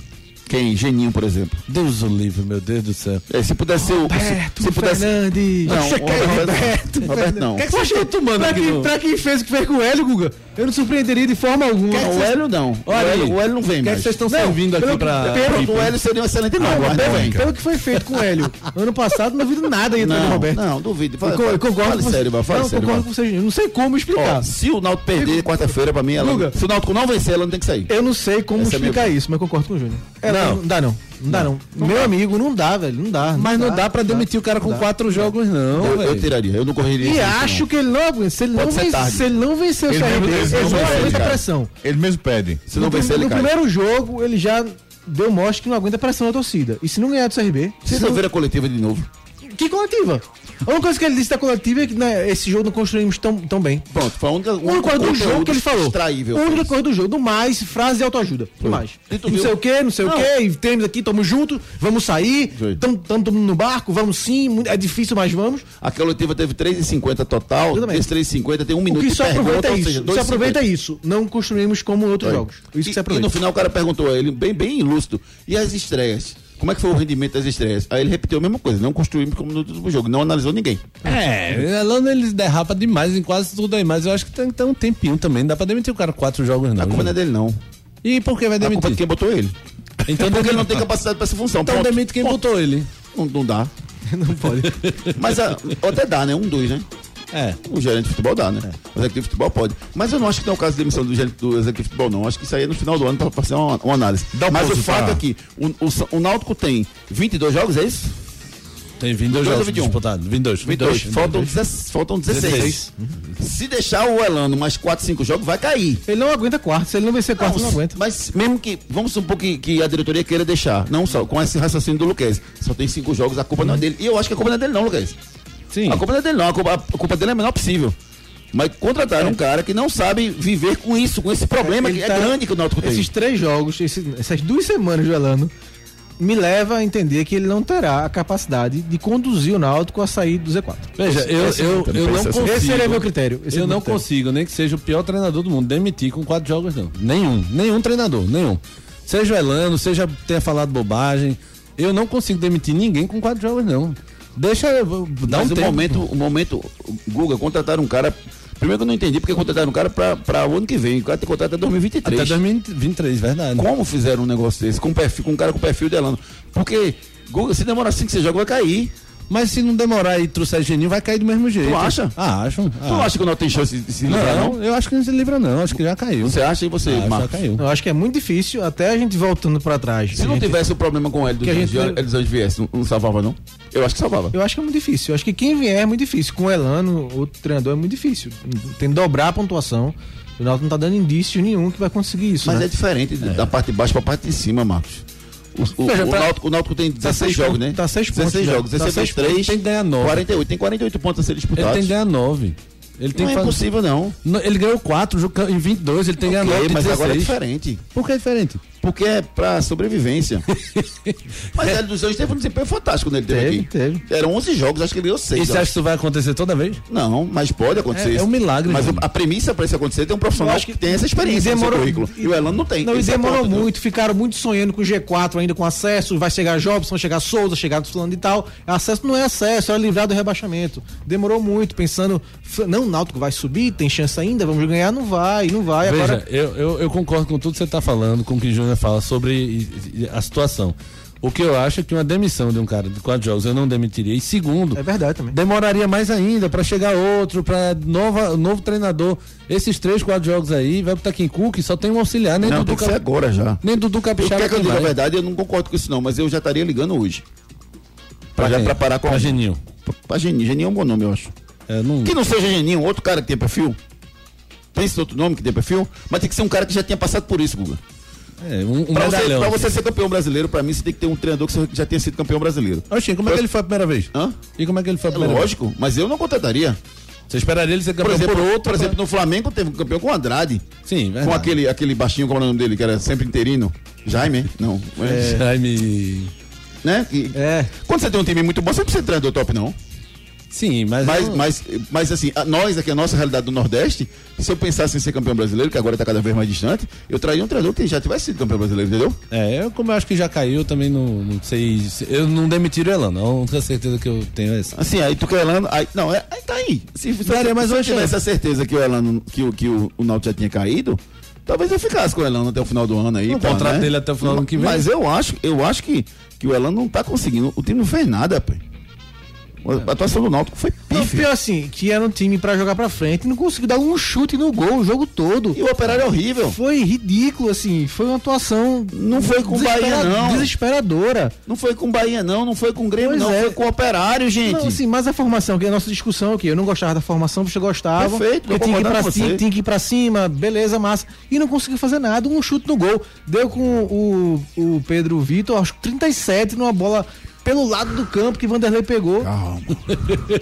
[SPEAKER 3] Quem? Geninho, por exemplo.
[SPEAKER 5] Deus o livre, meu Deus do céu.
[SPEAKER 3] É, se pudesse ser o. Se, se pudesse.
[SPEAKER 4] Fernandes.
[SPEAKER 3] Não,
[SPEAKER 5] Você
[SPEAKER 3] o
[SPEAKER 5] quer
[SPEAKER 3] Roberto, não. Roberto não.
[SPEAKER 5] que você tá tomando
[SPEAKER 4] Pra
[SPEAKER 5] aqui
[SPEAKER 4] quem,
[SPEAKER 5] no-
[SPEAKER 4] pra quem fez o que fez com o Hélio, Guga, eu não surpreenderia de forma alguma.
[SPEAKER 3] Não, o Hélio não.
[SPEAKER 5] Olha
[SPEAKER 3] o,
[SPEAKER 5] aí.
[SPEAKER 3] Hélio, o Hélio não vem
[SPEAKER 5] O que é que
[SPEAKER 3] mais.
[SPEAKER 5] vocês estão
[SPEAKER 4] Não,
[SPEAKER 5] servindo aqui
[SPEAKER 4] pelo-
[SPEAKER 5] pra...
[SPEAKER 4] pelo-
[SPEAKER 3] O Hélio seria um excelente nome, mas não vem.
[SPEAKER 4] Ah, Pelo que foi feito com o Hélio ano passado, não duvido nada aí do
[SPEAKER 3] Não,
[SPEAKER 4] Roberto.
[SPEAKER 3] não, duvido. Fala-
[SPEAKER 4] eu, co- eu concordo
[SPEAKER 3] fale
[SPEAKER 4] com você.
[SPEAKER 3] sério, vai, fale
[SPEAKER 4] não, eu
[SPEAKER 3] sério,
[SPEAKER 4] concordo
[SPEAKER 3] vai.
[SPEAKER 4] com você, gente. Eu não sei como explicar.
[SPEAKER 3] Ó, se o Náutico perder quarta-feira, pra mim, ela.
[SPEAKER 4] Guga.
[SPEAKER 3] Se o Náutico não vencer, ela não tem que sair.
[SPEAKER 4] Eu não sei como
[SPEAKER 3] Essa é a minha
[SPEAKER 4] explicar
[SPEAKER 3] opinião.
[SPEAKER 4] isso, mas concordo com o Júnior. É,
[SPEAKER 5] Não.
[SPEAKER 4] não, dá não. Não dá não. Meu amigo, não dá, velho. Não dá.
[SPEAKER 5] Mas não dá pra demitir o cara com quatro jogos, não,
[SPEAKER 3] Eu, eu
[SPEAKER 5] velho.
[SPEAKER 3] tiraria, eu não correria.
[SPEAKER 4] E
[SPEAKER 3] esse risco,
[SPEAKER 4] acho
[SPEAKER 3] não.
[SPEAKER 4] que ele não, se ele não,
[SPEAKER 3] Pode ser
[SPEAKER 4] vence,
[SPEAKER 3] tarde.
[SPEAKER 4] se ele não venceu o
[SPEAKER 1] Ele
[SPEAKER 4] CRB,
[SPEAKER 1] mesmo- ele
[SPEAKER 4] ele
[SPEAKER 1] mesmo
[SPEAKER 4] não
[SPEAKER 1] pede,
[SPEAKER 4] aguenta
[SPEAKER 1] cara.
[SPEAKER 4] pressão.
[SPEAKER 1] Ele mesmo pede.
[SPEAKER 3] Se não
[SPEAKER 4] No prim-
[SPEAKER 3] vencer, ele
[SPEAKER 4] No
[SPEAKER 3] cai.
[SPEAKER 4] primeiro jogo, ele já deu mostra que não aguenta a pressão da torcida. E se não ganhar do CRB, se não-
[SPEAKER 3] Sexta-feira coletiva de novo.
[SPEAKER 4] que coletiva? A única coisa que ele disse da coletiva é que né, esse jogo não construímos tão, tão bem.
[SPEAKER 3] Pronto, foi a única.
[SPEAKER 4] O único coisa do jogo que ele falou.
[SPEAKER 3] Extraível.
[SPEAKER 4] A única coisa do jogo. No mais, frase de autoajuda. No mais.
[SPEAKER 3] E tu
[SPEAKER 4] Não
[SPEAKER 3] viu?
[SPEAKER 4] sei o que, não sei o
[SPEAKER 3] Não.
[SPEAKER 4] que. E temos aqui, tamo junto, vamos sair.
[SPEAKER 3] Foi.
[SPEAKER 4] Tamo, tamo todo mundo no barco, vamos sim. mu- É difícil, mas vamos.
[SPEAKER 3] A coletiva teve 3,50 total.
[SPEAKER 4] Exatamente.
[SPEAKER 3] Desses 3,50 tem um
[SPEAKER 4] O
[SPEAKER 3] minuto
[SPEAKER 4] que
[SPEAKER 3] de
[SPEAKER 4] só aproveita
[SPEAKER 3] pergunta,
[SPEAKER 4] é
[SPEAKER 3] ou
[SPEAKER 4] isso.
[SPEAKER 3] seja,
[SPEAKER 4] Só aproveita
[SPEAKER 3] 2,50.
[SPEAKER 4] isso. Não construímos como outros jogos. Isso
[SPEAKER 3] e,
[SPEAKER 4] que se
[SPEAKER 3] e no
[SPEAKER 4] aproveita.
[SPEAKER 3] final o cara perguntou a ele, bem, bem lúcido, e as estreias? Como é que foi o rendimento das estreias? Aí ele repetiu a mesma coisa, não construímos como no último jogo, não analisou ninguém.
[SPEAKER 5] É, o Elano ele derrapa demais em quase tudo aí, mas eu acho que tem, tem um tempinho também, não dá pra demitir o cara com quatro jogos, não.
[SPEAKER 3] A culpa não
[SPEAKER 5] gente.
[SPEAKER 3] é dele, não.
[SPEAKER 5] E por que vai
[SPEAKER 3] A culpa é
[SPEAKER 5] demitir?
[SPEAKER 3] de quem botou ele. É
[SPEAKER 5] Então,
[SPEAKER 3] Porque ele
[SPEAKER 5] demite...
[SPEAKER 3] não tem capacidade pra essa função.
[SPEAKER 5] então
[SPEAKER 3] Pronto.
[SPEAKER 5] demite quem botou ele.
[SPEAKER 3] Não, não dá.
[SPEAKER 4] Não pode.
[SPEAKER 3] Mas a- até dá, né? Um, dois, né?
[SPEAKER 5] É.
[SPEAKER 3] O gerente de futebol dá, né? O executivo de futebol pode. Mas eu não acho que não é o caso de demissão do gerente do executivo de futebol, não. Acho que isso aí é no final do ano pra fazer uma, uma análise.
[SPEAKER 1] Dá um
[SPEAKER 3] Mas o
[SPEAKER 1] pause,
[SPEAKER 3] fato
[SPEAKER 1] tá?
[SPEAKER 3] é que o, o, Sa- o Náutico tem 22 jogos, é isso?
[SPEAKER 5] Tem 22
[SPEAKER 3] Dois ou
[SPEAKER 5] jogos
[SPEAKER 3] 21?
[SPEAKER 5] disputados. 22.
[SPEAKER 3] 22. Faltam,
[SPEAKER 5] 22.
[SPEAKER 3] 16, faltam 16. Se deixar o Elano mais 4, 5 jogos, vai cair.
[SPEAKER 4] Ele não aguenta quarto. Se ele não vencer quarto, ele não aguenta.
[SPEAKER 3] Mas mesmo que, vamos supor que, que a diretoria queira deixar, não só com esse raciocínio do Luquez, só tem 5 jogos, a culpa não é
[SPEAKER 4] Uhum.
[SPEAKER 3] dele. E eu acho que a culpa não é dele não, Luquez.
[SPEAKER 5] Sim.
[SPEAKER 3] A culpa não é dele não, a culpa, a culpa dele é a menor possível. Mas contrataram um cara que não sabe viver com isso, com esse problema
[SPEAKER 4] É. Ele
[SPEAKER 3] que
[SPEAKER 4] tá-
[SPEAKER 3] é grande que o Náutico tem.
[SPEAKER 4] Esses três jogos, esse- essas duas semanas do Elano, me leva a entender que ele não terá a capacidade de conduzir o Náutico a sair do Z4.
[SPEAKER 5] Veja, eu,
[SPEAKER 3] é
[SPEAKER 5] eu, eu não consigo.
[SPEAKER 4] é Esse seria meu critério. Esse é
[SPEAKER 5] eu
[SPEAKER 4] o meu
[SPEAKER 5] não
[SPEAKER 4] critério.
[SPEAKER 5] consigo, nem que seja o pior treinador do mundo, demitir com quatro jogos, não. Nenhum. Nenhum treinador, nenhum. Seja o Elano, seja tenha falado bobagem, Eu não consigo demitir ninguém com quatro jogos, não. Deixa. eu vou- Dá
[SPEAKER 3] Mas
[SPEAKER 5] um
[SPEAKER 3] o
[SPEAKER 5] tempo.
[SPEAKER 3] momento, o momento, Guga, contrataram um cara. Primeiro que eu não entendi porque contrataram um cara pra, pra o ano que vem. O cara tem contrato até
[SPEAKER 5] Até
[SPEAKER 3] 2023.
[SPEAKER 5] 2023, verdade.
[SPEAKER 3] Como fizeram um negócio desse? Com, um perfil, com um cara com perfil de Elano. Porque, Guga, se demora assim que você joga, vai cair.
[SPEAKER 5] Mas se não demorar e trouxer Geninho, vai cair do mesmo jeito.
[SPEAKER 3] Tu acha?
[SPEAKER 5] Ah, acho.
[SPEAKER 3] Tu
[SPEAKER 5] Ah.
[SPEAKER 3] acha que o Náutico tem chance de se livrar,
[SPEAKER 5] Não,
[SPEAKER 3] não?
[SPEAKER 5] eu acho que não se livra, não. Acho que já caiu.
[SPEAKER 3] Você acha e você,
[SPEAKER 5] Ah, já
[SPEAKER 3] Marcos?
[SPEAKER 5] caiu.
[SPEAKER 4] Eu acho que é muito difícil, até a gente voltando pra trás.
[SPEAKER 3] Se
[SPEAKER 4] a
[SPEAKER 3] não
[SPEAKER 4] gente-
[SPEAKER 3] tivesse o problema com o Hélio dos
[SPEAKER 4] Que a
[SPEAKER 3] Anjos,
[SPEAKER 4] gente-
[SPEAKER 3] Hélio dos Anjos viesse, não, não salvava, não? Eu acho que salvava.
[SPEAKER 4] Eu acho que é muito difícil. Eu acho que quem vier é muito difícil. Com o Elano, outro treinador, é muito difícil. Tem que dobrar a pontuação. O Náutico não tá dando indício nenhum que vai conseguir isso.
[SPEAKER 3] Mas
[SPEAKER 4] né?
[SPEAKER 3] é diferente de- da parte de baixo pra parte de cima, Marcos. O, o,
[SPEAKER 5] Veja,
[SPEAKER 3] o
[SPEAKER 5] pra-
[SPEAKER 3] Náutico, o Náutico tem 16
[SPEAKER 4] seis
[SPEAKER 3] jogos,
[SPEAKER 4] pontos,
[SPEAKER 3] né?
[SPEAKER 4] tá seis pontos
[SPEAKER 3] 16
[SPEAKER 4] já.
[SPEAKER 3] jogos,
[SPEAKER 4] Tá
[SPEAKER 3] 16
[SPEAKER 4] seis
[SPEAKER 3] mais 3,
[SPEAKER 5] pontos, tem que ganhar nove.
[SPEAKER 3] 48. Tem 48 pontos a ser
[SPEAKER 5] Ele
[SPEAKER 3] disputados.
[SPEAKER 5] tem que ganhar 9. Ele tem
[SPEAKER 3] não
[SPEAKER 5] que fazer-
[SPEAKER 3] é impossível, não.
[SPEAKER 5] No- Ele ganhou 4 em 22, ele tem que ganhar
[SPEAKER 3] Ok,
[SPEAKER 5] 9 de
[SPEAKER 3] mas agora é
[SPEAKER 5] 16.
[SPEAKER 3] diferente.
[SPEAKER 5] Por que é diferente?
[SPEAKER 3] Porque é pra sobrevivência. mas Hélio dos Anjos teve um desempenho fantástico quando ele teve,
[SPEAKER 4] Teve,
[SPEAKER 3] aqui.
[SPEAKER 4] teve.
[SPEAKER 3] Eram 11 jogos, acho que ele ganhou
[SPEAKER 5] E
[SPEAKER 3] 6.
[SPEAKER 5] você acha que isso vai acontecer toda vez?
[SPEAKER 3] Não, mas pode acontecer.
[SPEAKER 5] É- é
[SPEAKER 3] isso.
[SPEAKER 5] um milagre,
[SPEAKER 3] Mas
[SPEAKER 5] Júnior.
[SPEAKER 3] a premissa pra isso acontecer tem um profissional
[SPEAKER 4] Eu
[SPEAKER 3] que, tem essa experiência
[SPEAKER 4] e demorou-
[SPEAKER 3] no seu currículo. E, o Elano não tem.
[SPEAKER 4] Não, e
[SPEAKER 3] Esse é o
[SPEAKER 4] demorou
[SPEAKER 3] ponto,
[SPEAKER 4] muito, ficaram muito sonhando com o G4 ainda com acesso, vai chegar Jobson, vai chegar Souza, vai chegar fulano e tal. Acesso não é acesso, é livrar do rebaixamento. Demorou muito, pensando, f- não, o Náutico vai subir, tem chance ainda, vamos ganhar, não vai, não vai.
[SPEAKER 5] Veja,
[SPEAKER 4] Agora,
[SPEAKER 5] eu, eu, eu concordo com tudo que você está falando, com o que o Júnior fala sobre e- e- a situação. O que eu acho é que uma demissão de um cara de quatro jogos eu não demitiria. E segundo,
[SPEAKER 4] é verdade também.
[SPEAKER 5] demoraria mais ainda para chegar outro, para novo treinador. Esses três, quatro jogos aí, vai pro Taquim Cook, só tem um auxiliar, nem
[SPEAKER 3] Não,
[SPEAKER 5] Dudu
[SPEAKER 3] tem que
[SPEAKER 5] Cap-
[SPEAKER 3] ser agora já.
[SPEAKER 5] Nem Dudu
[SPEAKER 3] Eu
[SPEAKER 5] Capixaba.
[SPEAKER 3] quero que eu
[SPEAKER 5] tem
[SPEAKER 3] diga a
[SPEAKER 5] mais.
[SPEAKER 3] verdade, eu não concordo com isso não, mas eu já estaria ligando hoje. Pra,
[SPEAKER 5] Pra
[SPEAKER 3] já
[SPEAKER 5] quem?
[SPEAKER 3] preparar com
[SPEAKER 5] Pra Geninho.
[SPEAKER 3] Pra Geninho. Geninho é um bom nome, eu acho.
[SPEAKER 5] É, não-
[SPEAKER 3] Que não seja Geninho, um outro cara que tem perfil. Tem esse outro nome que tem perfil, mas tem que ser um cara que já tenha passado por isso, Guga.
[SPEAKER 5] é, um, um
[SPEAKER 3] Pra você,
[SPEAKER 5] medalhão.
[SPEAKER 3] pra você ser campeão brasileiro, pra mim você tem que ter um treinador que já tenha sido campeão brasileiro.
[SPEAKER 5] Oxi, como é que ele foi a primeira vez?
[SPEAKER 3] Hã?
[SPEAKER 5] E como é que ele foi a
[SPEAKER 3] É
[SPEAKER 5] primeira vez?
[SPEAKER 3] lógico, mas eu não contrataria.
[SPEAKER 5] Você esperaria ele ser
[SPEAKER 3] Por
[SPEAKER 5] campeão
[SPEAKER 3] exemplo,
[SPEAKER 5] por outro?
[SPEAKER 3] por exemplo, no Flamengo teve um campeão com o Andrade.
[SPEAKER 5] Sim, verdade.
[SPEAKER 3] Com aquele, aquele baixinho, como é o nome dele, que era sempre interino. Jaime? Não. É.
[SPEAKER 5] Jaime.
[SPEAKER 3] Né? E-
[SPEAKER 4] É.
[SPEAKER 3] Quando você tem um time muito bom, você não precisa de treinador top, não.
[SPEAKER 5] Sim, mas.
[SPEAKER 3] Mas,
[SPEAKER 5] eu-
[SPEAKER 3] mas, mas assim, a- nós aqui, a nossa realidade do Nordeste, se eu pensasse em ser campeão brasileiro, que agora tá cada vez mais distante, eu traria um treinador que já tivesse sido campeão brasileiro, entendeu?
[SPEAKER 5] É, eu, como eu acho que já caiu, também não, não sei. se- Eu não demitiria o Elano, a única certeza que eu tenho é essa.
[SPEAKER 3] Assim, aí tu quer Elano. Aí, não, é, aí tá aí. Se, se,
[SPEAKER 5] Daria mais
[SPEAKER 3] se
[SPEAKER 5] uma
[SPEAKER 3] eu tivesse
[SPEAKER 5] chance.
[SPEAKER 3] a certeza que o Elano, que, o- que o, o Náutico já tinha caído, talvez eu ficasse com o Elano até o final do ano aí.
[SPEAKER 5] O
[SPEAKER 3] pá,
[SPEAKER 5] contrato dele até o final do ano que vem.
[SPEAKER 3] Mas eu acho, eu acho que, que o Elano não tá conseguindo. O time não fez nada, pô. A atuação do Náutico foi
[SPEAKER 4] Não,
[SPEAKER 3] pífia.
[SPEAKER 4] pior assim, que era um time pra jogar pra frente, não conseguiu dar um chute no gol o jogo todo.
[SPEAKER 3] E o operário é horrível.
[SPEAKER 4] Foi ridículo, assim, foi uma atuação
[SPEAKER 3] Não foi com o Bahia,
[SPEAKER 4] desespera-
[SPEAKER 3] não.
[SPEAKER 4] desesperadora.
[SPEAKER 3] Não foi com o Bahia, não. Não foi com o Grêmio,
[SPEAKER 4] Pois
[SPEAKER 3] não.
[SPEAKER 4] é.
[SPEAKER 3] Foi com o Operário, gente.
[SPEAKER 4] Não, sim, mas a formação, que é a nossa discussão aqui, eu não gostava da formação, você gostava.
[SPEAKER 3] Perfeito,
[SPEAKER 4] eu
[SPEAKER 3] tô
[SPEAKER 4] tinha que, ir pra
[SPEAKER 3] concordando com você.
[SPEAKER 4] cima, tinha que ir pra cima, beleza, massa. E não conseguiu fazer nada, um chute no gol. Deu com o, o Pedro Vitor, acho que 37, numa bola pelo lado do campo que Vanderlei pegou.
[SPEAKER 3] Calma.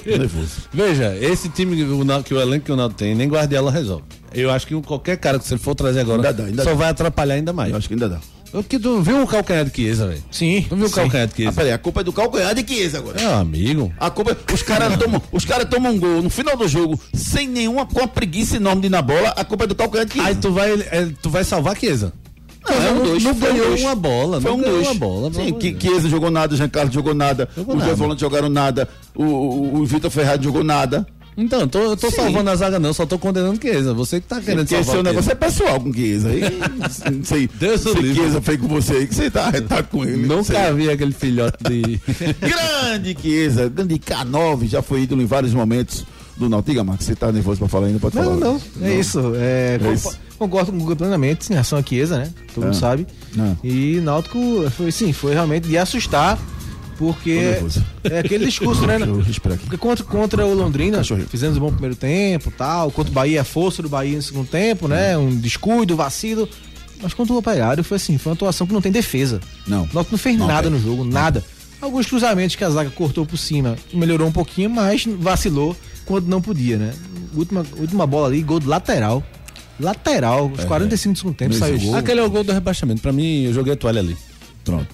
[SPEAKER 3] Nervoso.
[SPEAKER 5] Veja, esse time que o, Nau- que o elenco que o Náutico tem, nem Guardiola resolve. Eu acho que um, qualquer cara que você for trazer agora
[SPEAKER 3] Ainda dá, ainda
[SPEAKER 5] só
[SPEAKER 3] dá.
[SPEAKER 5] vai atrapalhar ainda mais.
[SPEAKER 3] Eu acho que ainda dá.
[SPEAKER 5] O que tu viu o calcanhar de Chiesa, velho?
[SPEAKER 4] Sim,
[SPEAKER 5] Tu viu o
[SPEAKER 4] sim.
[SPEAKER 5] calcanhar de
[SPEAKER 3] Ah,
[SPEAKER 5] Chiesa?
[SPEAKER 3] peraí, a culpa é do calcanhar de Chiesa agora.
[SPEAKER 5] É amigo.
[SPEAKER 3] A culpa, é- os caras tomam, os caras tomam um gol no final do jogo sem nenhuma com a preguiça enorme de ir na bola, a culpa é do calcanhar de
[SPEAKER 5] Aí
[SPEAKER 3] Chiesa.
[SPEAKER 5] tu vai, é, tu vai salvar Chiesa.
[SPEAKER 3] Não, é um
[SPEAKER 5] não,
[SPEAKER 3] dois,
[SPEAKER 5] não
[SPEAKER 3] foi um
[SPEAKER 5] ganhou
[SPEAKER 3] dois.
[SPEAKER 5] uma bola,
[SPEAKER 3] Foi
[SPEAKER 5] não
[SPEAKER 3] um
[SPEAKER 5] ganhou
[SPEAKER 3] dois.
[SPEAKER 5] uma bola. pelo
[SPEAKER 3] Sim,
[SPEAKER 5] amor de
[SPEAKER 3] que
[SPEAKER 5] Deus.
[SPEAKER 3] Chiesa jogou nada, Jean Carlos jogou nada,
[SPEAKER 5] Jogou
[SPEAKER 3] os dois
[SPEAKER 5] nada.
[SPEAKER 3] volantes jogaram nada, o, o, o Vitor Ferrari jogou nada.
[SPEAKER 5] Então, eu tô, eu tô
[SPEAKER 3] Sim.
[SPEAKER 5] salvando a zaga não, só tô condenando Chiesa. Você que tá querendo
[SPEAKER 3] Porque
[SPEAKER 5] salvar
[SPEAKER 3] esse um
[SPEAKER 5] o
[SPEAKER 3] negócio
[SPEAKER 5] Chiesa.
[SPEAKER 3] é pessoal com Chiesa. Aí, não sei,
[SPEAKER 5] Deus
[SPEAKER 3] não
[SPEAKER 5] o
[SPEAKER 3] sei
[SPEAKER 5] livre.
[SPEAKER 3] Chiesa fez com você aí, que você tá, tá com ele. não sei.
[SPEAKER 5] Nunca vi aquele filhote de...
[SPEAKER 3] Grande Chiesa, grande K9, já foi ídolo em vários momentos do Náutico. Diga, Marcos, você tá nervoso pra falar ainda? Pode
[SPEAKER 4] Não,
[SPEAKER 3] falar.
[SPEAKER 4] não, é isso. É,
[SPEAKER 3] É
[SPEAKER 4] con-
[SPEAKER 3] isso.
[SPEAKER 4] Concordo com o Guga plenamente em relação à Chiesa, né? Todo mundo sabe.
[SPEAKER 3] É.
[SPEAKER 4] E o Náutico foi, sim, foi realmente de assustar,
[SPEAKER 3] Tô
[SPEAKER 4] porque
[SPEAKER 3] nervoso.
[SPEAKER 4] é aquele discurso, né?
[SPEAKER 3] Deixa eu respirar aqui.
[SPEAKER 4] Porque contra, contra o Londrina,
[SPEAKER 3] Cachorrinho.
[SPEAKER 4] fizemos um bom primeiro tempo tal. Contra o Bahia, a força do Bahia no segundo tempo, né? Um descuido, vacilo. Mas contra o Operário foi assim, foi uma atuação que não tem defesa.
[SPEAKER 3] Não.
[SPEAKER 4] O Náutico não fez
[SPEAKER 3] Não
[SPEAKER 4] nada
[SPEAKER 3] tem.
[SPEAKER 4] no jogo, nada. Alguns cruzamentos que a zaga cortou por cima, melhorou um pouquinho, mas vacilou quando não podia, né? Última, última bola ali, gol do lateral. Lateral,
[SPEAKER 3] É.
[SPEAKER 4] os 45 do segundo tempo,
[SPEAKER 3] Não
[SPEAKER 4] saiu o
[SPEAKER 3] existe.
[SPEAKER 4] gol.
[SPEAKER 5] Aquele é o gol do rebaixamento. Pra mim, eu joguei a toalha ali.
[SPEAKER 3] Pronto.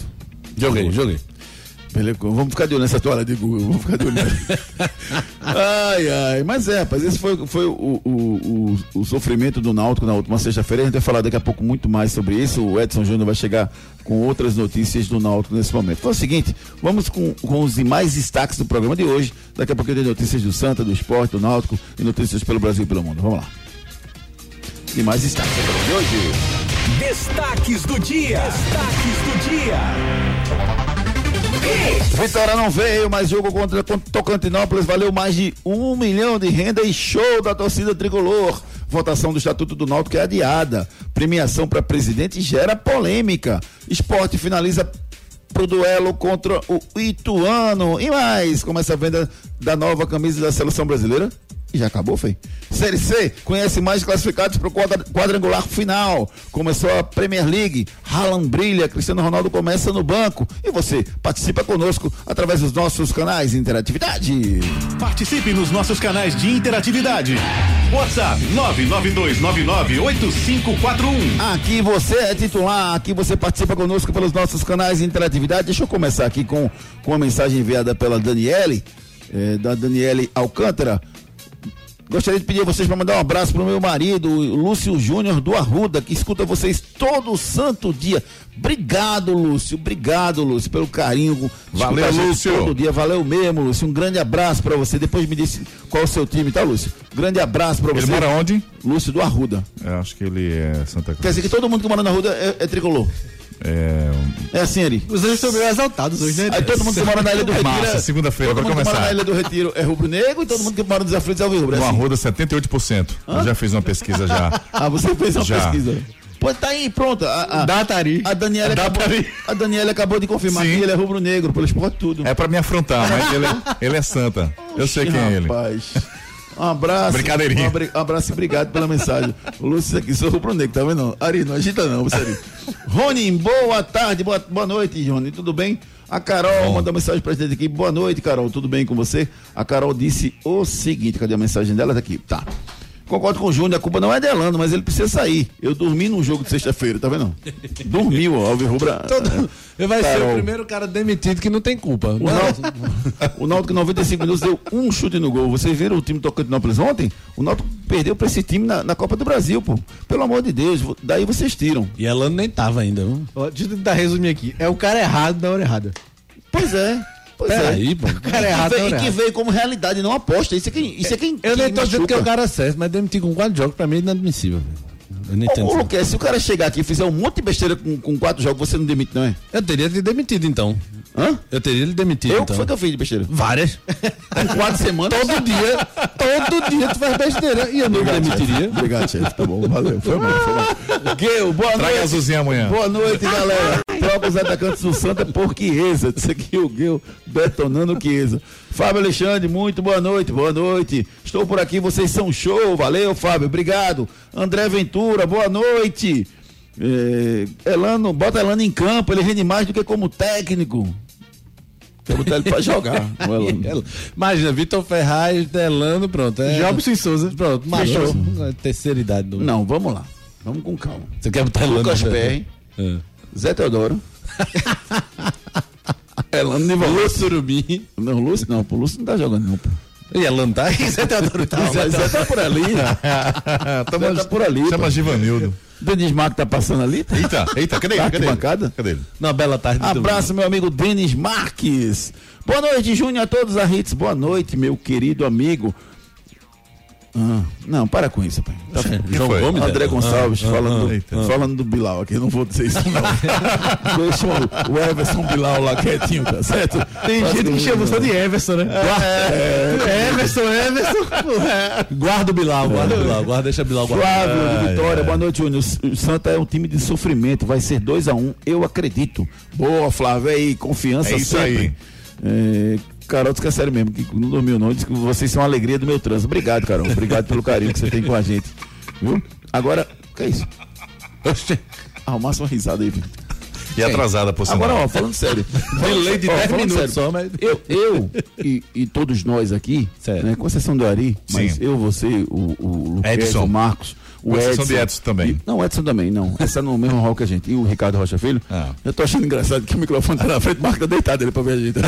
[SPEAKER 5] Joguei, joguei.
[SPEAKER 3] Pelecão. Vamos ficar de olho nessa toalha de Google. Vamos ficar de olho. ai, ai. Mas é, rapaz, esse foi, foi o, o, o, o sofrimento do Náutico na última sexta-feira. A gente vai falar daqui a pouco muito mais sobre isso. O Edson Júnior vai chegar com outras notícias do Náutico nesse momento. Então é o seguinte, vamos com, com os demais destaques do programa de hoje. Daqui a pouco tem notícias do Santa, do esporte, do Náutico e notícias pelo Brasil e pelo mundo. Vamos lá. Demais destaques do programa de hoje.
[SPEAKER 1] Destaques do dia. Destaques do dia.
[SPEAKER 3] Vitória não veio, mas jogo contra Tocantinópolis valeu mais de um milhão de renda e show da torcida tricolor. Votação do Estatuto do Náutico é adiada. Premiação para presidente gera polêmica. Esporte finaliza pro duelo contra o Ituano. E mais, começa a venda da nova camisa da seleção brasileira e já acabou, foi? Série C conhece mais classificados para o quadrangular final. Começou a Premier League. Haaland brilha, Cristiano Ronaldo começa no banco. E você participa conosco através dos nossos canais de interatividade.
[SPEAKER 1] Participe nos nossos canais de interatividade. WhatsApp 992998541.
[SPEAKER 3] Aqui você é titular, aqui você participa conosco pelos nossos canais de interatividade. Deixa eu começar aqui com, com uma mensagem enviada pela Daniele, eh, da Daniele Alcântara. Gostaria de pedir a vocês para mandar um abraço para o meu marido, o Lúcio Júnior do Arruda, que escuta vocês todo santo dia. Obrigado, Lúcio. Obrigado, Lúcio, pelo carinho.
[SPEAKER 1] Valeu,
[SPEAKER 3] Escuta a gente
[SPEAKER 1] Lúcio.
[SPEAKER 3] Todo dia. Valeu mesmo, Lúcio. Um grande abraço para você. Depois me disse qual é o seu time, tá, Lúcio? Grande abraço para você.
[SPEAKER 1] Ele mora onde?
[SPEAKER 3] Lúcio do Arruda.
[SPEAKER 1] Eu acho que ele é Santa
[SPEAKER 3] Quer
[SPEAKER 1] Cruz.
[SPEAKER 3] dizer que todo mundo que mora na Arruda é, é tricolor.
[SPEAKER 1] É,
[SPEAKER 3] É assim, Ari.
[SPEAKER 4] Os dois estão meio exaltados hoje, né?
[SPEAKER 3] Aí todo mundo que mora na Ilha do Retiro.
[SPEAKER 1] Massa,
[SPEAKER 3] é-
[SPEAKER 1] segunda-feira,
[SPEAKER 3] Todo
[SPEAKER 1] vai
[SPEAKER 3] mundo que mora
[SPEAKER 1] começar.
[SPEAKER 3] na Ilha do Retiro é rubro-negro e todo mundo que mora nos aflitos é o rubro. É
[SPEAKER 1] um
[SPEAKER 3] assim.
[SPEAKER 1] arroda 78%. Eu já fiz uma pesquisa já.
[SPEAKER 3] Ah, você fez uma
[SPEAKER 1] Já.
[SPEAKER 3] pesquisa. Pô, tá aí, pronta. A, a,
[SPEAKER 4] Datari.
[SPEAKER 3] a Daniela,
[SPEAKER 1] Dá
[SPEAKER 3] acabou,
[SPEAKER 1] pra ir.
[SPEAKER 3] a Daniela acabou de confirmar
[SPEAKER 1] Sim.
[SPEAKER 3] que ele é rubro-negro, pelo esporte tudo.
[SPEAKER 1] É pra me afrontar, mas ele é, ele é santa. Eu sei quem é ele.
[SPEAKER 3] Rapaz. Um abraço.
[SPEAKER 1] Brincadeirinha.
[SPEAKER 3] Um abri- Um abraço e obrigado pela mensagem. O Lúcio aqui, sou rubro-negro, tá vendo? não? Ari, não agita não, você Ari. Rony, boa tarde, boa, boa noite, Rony, tudo bem? A Carol mandou mensagem pra gente aqui. Boa noite, Carol, tudo bem com você? A Carol disse o seguinte, cadê a mensagem dela? Tá aqui, tá. Concordo com o Júnior, a culpa não é de Elano, mas ele precisa sair. Eu dormi num jogo de sexta-feira, tá vendo? Dormiu, ó, o Rubra.
[SPEAKER 5] Ele vai ser
[SPEAKER 3] Carol.
[SPEAKER 5] o primeiro cara demitido que não tem culpa.
[SPEAKER 3] O Náutico, o Náutico, 95 minutos deu um chute no gol. Vocês viram o time do Tocantinópolis ontem? O Náutico perdeu pra esse time na, na Copa do Brasil, pô. Pelo amor de Deus, vo- daí vocês tiram.
[SPEAKER 5] E Elano nem tava ainda. viu?
[SPEAKER 4] Ó, Deixa eu tentar resumir aqui. É o cara errado na hora errada.
[SPEAKER 3] Pois é. Pois é.
[SPEAKER 5] Peraí, pô.
[SPEAKER 4] O cara
[SPEAKER 3] E
[SPEAKER 4] errado
[SPEAKER 3] que
[SPEAKER 4] na
[SPEAKER 3] veio,
[SPEAKER 4] hora
[SPEAKER 3] e que
[SPEAKER 4] errada.
[SPEAKER 3] veio como realidade, não aposta. Isso é quem. Isso é quem
[SPEAKER 5] é Eu nem tô dizendo que é
[SPEAKER 3] eu
[SPEAKER 5] o cara certo, mas demitir com quatro jogos pra mim é inadmissível. velho. Eu não entendo.
[SPEAKER 3] Ô,
[SPEAKER 5] isso.
[SPEAKER 3] Luquez, se o cara chegar aqui e fizer um monte de besteira com, com quatro jogos, você não demite, não é?
[SPEAKER 5] Eu teria ele demitido então.
[SPEAKER 3] Hã?
[SPEAKER 5] Eu teria ele demitido
[SPEAKER 3] Eu? O que
[SPEAKER 5] então.
[SPEAKER 3] foi que eu fiz de besteira?
[SPEAKER 5] Várias.
[SPEAKER 3] Com quatro semanas?
[SPEAKER 5] Todo dia, todo dia tu faz besteira. E eu não demitiria.
[SPEAKER 3] Obrigado, chefe. Tá bom, valeu. Foi bom, foi bom. Gale, boa
[SPEAKER 1] Traga a
[SPEAKER 3] noite.
[SPEAKER 1] Zuzinha amanhã.
[SPEAKER 3] Boa noite, galera. Troca os atacantes do Santa por Chiesa. Isso aqui é o Gil detonando o Chiesa. Fábio Alexandre, muito boa noite, boa noite. Estou por aqui, vocês são show. Valeu, Fábio, obrigado. André Ventura, boa noite. É, Elano, bota Elano em campo, ele rende mais do que como técnico. Quer botar ele pra jogar, o
[SPEAKER 5] é
[SPEAKER 3] Elano.
[SPEAKER 5] Imagina, Vitor Ferraz, Delano, pronto. É...
[SPEAKER 4] Jobson e Souza.
[SPEAKER 5] Pronto,
[SPEAKER 3] Fechou.
[SPEAKER 5] matou. Terceira idade do.
[SPEAKER 3] Não, vamos lá. Vamos com calma.
[SPEAKER 5] Você quer botar Elano?
[SPEAKER 3] Lucas
[SPEAKER 5] né?
[SPEAKER 3] Perry,
[SPEAKER 5] É.
[SPEAKER 3] Zé Teodoro. Elano de volta.
[SPEAKER 5] Lúcio Surubim.
[SPEAKER 3] Não, o Lúcio não, pô. O Lúcio não tá jogando, não, pô.
[SPEAKER 5] E Elano tá? Você tá adorando.
[SPEAKER 3] O Zé, Zé tá por ali.
[SPEAKER 1] Tamo-
[SPEAKER 3] Zé tá por ali,
[SPEAKER 1] Chama
[SPEAKER 3] pô.
[SPEAKER 1] Givanildo.
[SPEAKER 3] Denis Marco tá passando ali. Tá?
[SPEAKER 1] Eita, eita, cadê ele? Cadê ele?
[SPEAKER 3] Arquibancada?
[SPEAKER 1] Cadê ele?
[SPEAKER 5] Uma bela tarde. de domingo.
[SPEAKER 3] Abraço, meu amigo Denis Marques. Boa noite, Júnior, a todos a Hits. Boa noite, meu querido amigo. Ah, não, para com isso, pai. né? Tá-
[SPEAKER 5] João
[SPEAKER 1] foi?
[SPEAKER 5] Gomes.
[SPEAKER 3] André
[SPEAKER 5] Delano?
[SPEAKER 3] Gonçalves falando,
[SPEAKER 1] eita.
[SPEAKER 3] do, falando do Bilal aqui, eu não vou dizer isso não. Deixa o- o Everson Bilal lá quietinho, tá certo?
[SPEAKER 4] Tem gente que chama só de Everson, né? É, Everson, Everson.
[SPEAKER 5] Guarda o Bilal, guarda o Bilal, guarda, deixa o Bilal guardar.
[SPEAKER 3] É.
[SPEAKER 5] É,
[SPEAKER 3] Flávio de Vitória, boa noite, Júnior. O Santa é um time de sofrimento, vai ser 2 a 1 um, eu acredito. Boa, Flávio, aí, confiança
[SPEAKER 1] É isso
[SPEAKER 3] sempre.
[SPEAKER 1] aí.
[SPEAKER 3] É, Carol disse que é sério mesmo, que não dormiu não, disse que vocês são a alegria do meu trânsito. Obrigado, Carol, obrigado pelo carinho que você tem com a gente. Viu? Agora, o que é isso? Arrumasse uma risada aí, filho.
[SPEAKER 1] E atrasada, por sinal.
[SPEAKER 3] Agora, ó, falando sério.
[SPEAKER 5] Delay de
[SPEAKER 3] Ó,
[SPEAKER 5] 10
[SPEAKER 3] falando
[SPEAKER 5] minutos
[SPEAKER 3] sério.
[SPEAKER 5] só, mas.
[SPEAKER 3] Eu, eu e, e todos nós aqui,
[SPEAKER 5] Certo.
[SPEAKER 3] né, com exceção do Ari, mas
[SPEAKER 1] Sim.
[SPEAKER 3] eu, você, o, o Luquete,
[SPEAKER 1] Edson.
[SPEAKER 3] o Marcos,
[SPEAKER 1] Com exceção de Edson também.
[SPEAKER 3] E- não, o Edson também, não. Essa é no mesmo hall que a gente. E o Ricardo Rocha Filho.
[SPEAKER 1] Ah.
[SPEAKER 3] Eu tô achando engraçado que o microfone tá na frente, o Marco tá deitado ali pra ver a gente.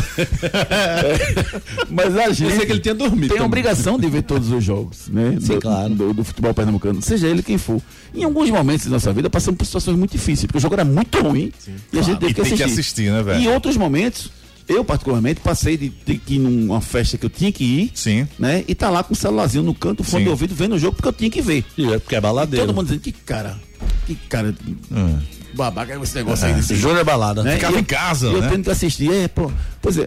[SPEAKER 3] É. Mas a gente.
[SPEAKER 5] Pensei que ele tinha dormido
[SPEAKER 3] Tem a
[SPEAKER 5] também.
[SPEAKER 3] obrigação de ver todos os jogos, né?
[SPEAKER 5] Sim,
[SPEAKER 3] do,
[SPEAKER 5] claro.
[SPEAKER 3] Do, do futebol pernambucano, seja ele quem for. Em alguns momentos da nossa vida passamos por situações muito difíceis, porque o jogo era muito ruim e a gente teve
[SPEAKER 1] E
[SPEAKER 3] que
[SPEAKER 1] tem
[SPEAKER 3] assistir.
[SPEAKER 1] que assistir, né, velho?
[SPEAKER 3] Em outros momentos, eu particularmente passei de ter que ir numa festa que eu tinha que ir,
[SPEAKER 1] Sim.
[SPEAKER 3] né? E tá lá com o celularzinho no canto, fone
[SPEAKER 1] Sim.
[SPEAKER 3] de ouvido, vendo o jogo porque eu tinha que ver.
[SPEAKER 5] E é porque é baladeiro.
[SPEAKER 3] Todo mundo dizendo que cara, que cara
[SPEAKER 1] Hum.
[SPEAKER 3] babaca é esse negócio aí desse
[SPEAKER 5] Júnior é balada.
[SPEAKER 3] né?
[SPEAKER 1] Ficava
[SPEAKER 3] E eu-
[SPEAKER 1] em casa,
[SPEAKER 3] e Eu
[SPEAKER 1] né?
[SPEAKER 3] tendo que assistir, é, pô. Pois é.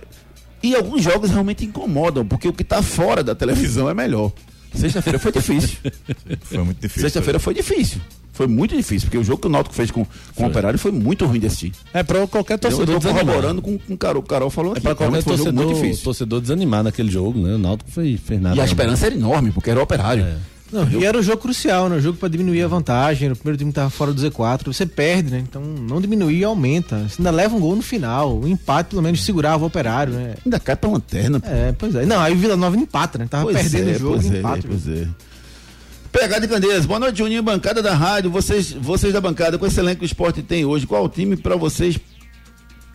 [SPEAKER 3] E alguns jogos realmente incomodam, porque o que tá fora da televisão é melhor. Sexta-feira foi difícil.
[SPEAKER 1] Foi muito difícil. é.
[SPEAKER 3] Sexta-feira foi difícil. Foi muito difícil, porque o jogo que o Náutico fez com, com o Operário foi muito ruim de assistir.
[SPEAKER 5] É pra qualquer
[SPEAKER 3] Eu, eu
[SPEAKER 5] torcedor
[SPEAKER 3] tô
[SPEAKER 5] desanimado.
[SPEAKER 3] corroborando com com o Carol. O Carol falou
[SPEAKER 5] É
[SPEAKER 3] aqui.
[SPEAKER 5] pra qualquer
[SPEAKER 3] realmente foi um jogo
[SPEAKER 5] torcedor,
[SPEAKER 3] muito difícil.
[SPEAKER 5] torcedor desanimar naquele jogo, né? O Náutico foi, fez nada.
[SPEAKER 3] E a esperança era enorme, porque era o Operário.
[SPEAKER 5] É.
[SPEAKER 4] Não, e era o jogo crucial, né? O jogo pra diminuir a vantagem. Era o primeiro time que tava fora do Z4. Você perde, né? Então não diminuir, aumenta. Você ainda leva um gol no final. O empate, pelo menos, segurava o operário, né?
[SPEAKER 3] Ainda cai pra lanterna. pô.
[SPEAKER 4] É, pois é. Não, aí o Vila Nova empata, né? Tava perdendo o jogo,
[SPEAKER 3] pois é,
[SPEAKER 4] empata.
[SPEAKER 3] pois é. PH de Candeias, boa noite, Juninho, bancada da rádio. Vocês, vocês da bancada, com esse elenco que o esporte tem hoje, qual o time pra vocês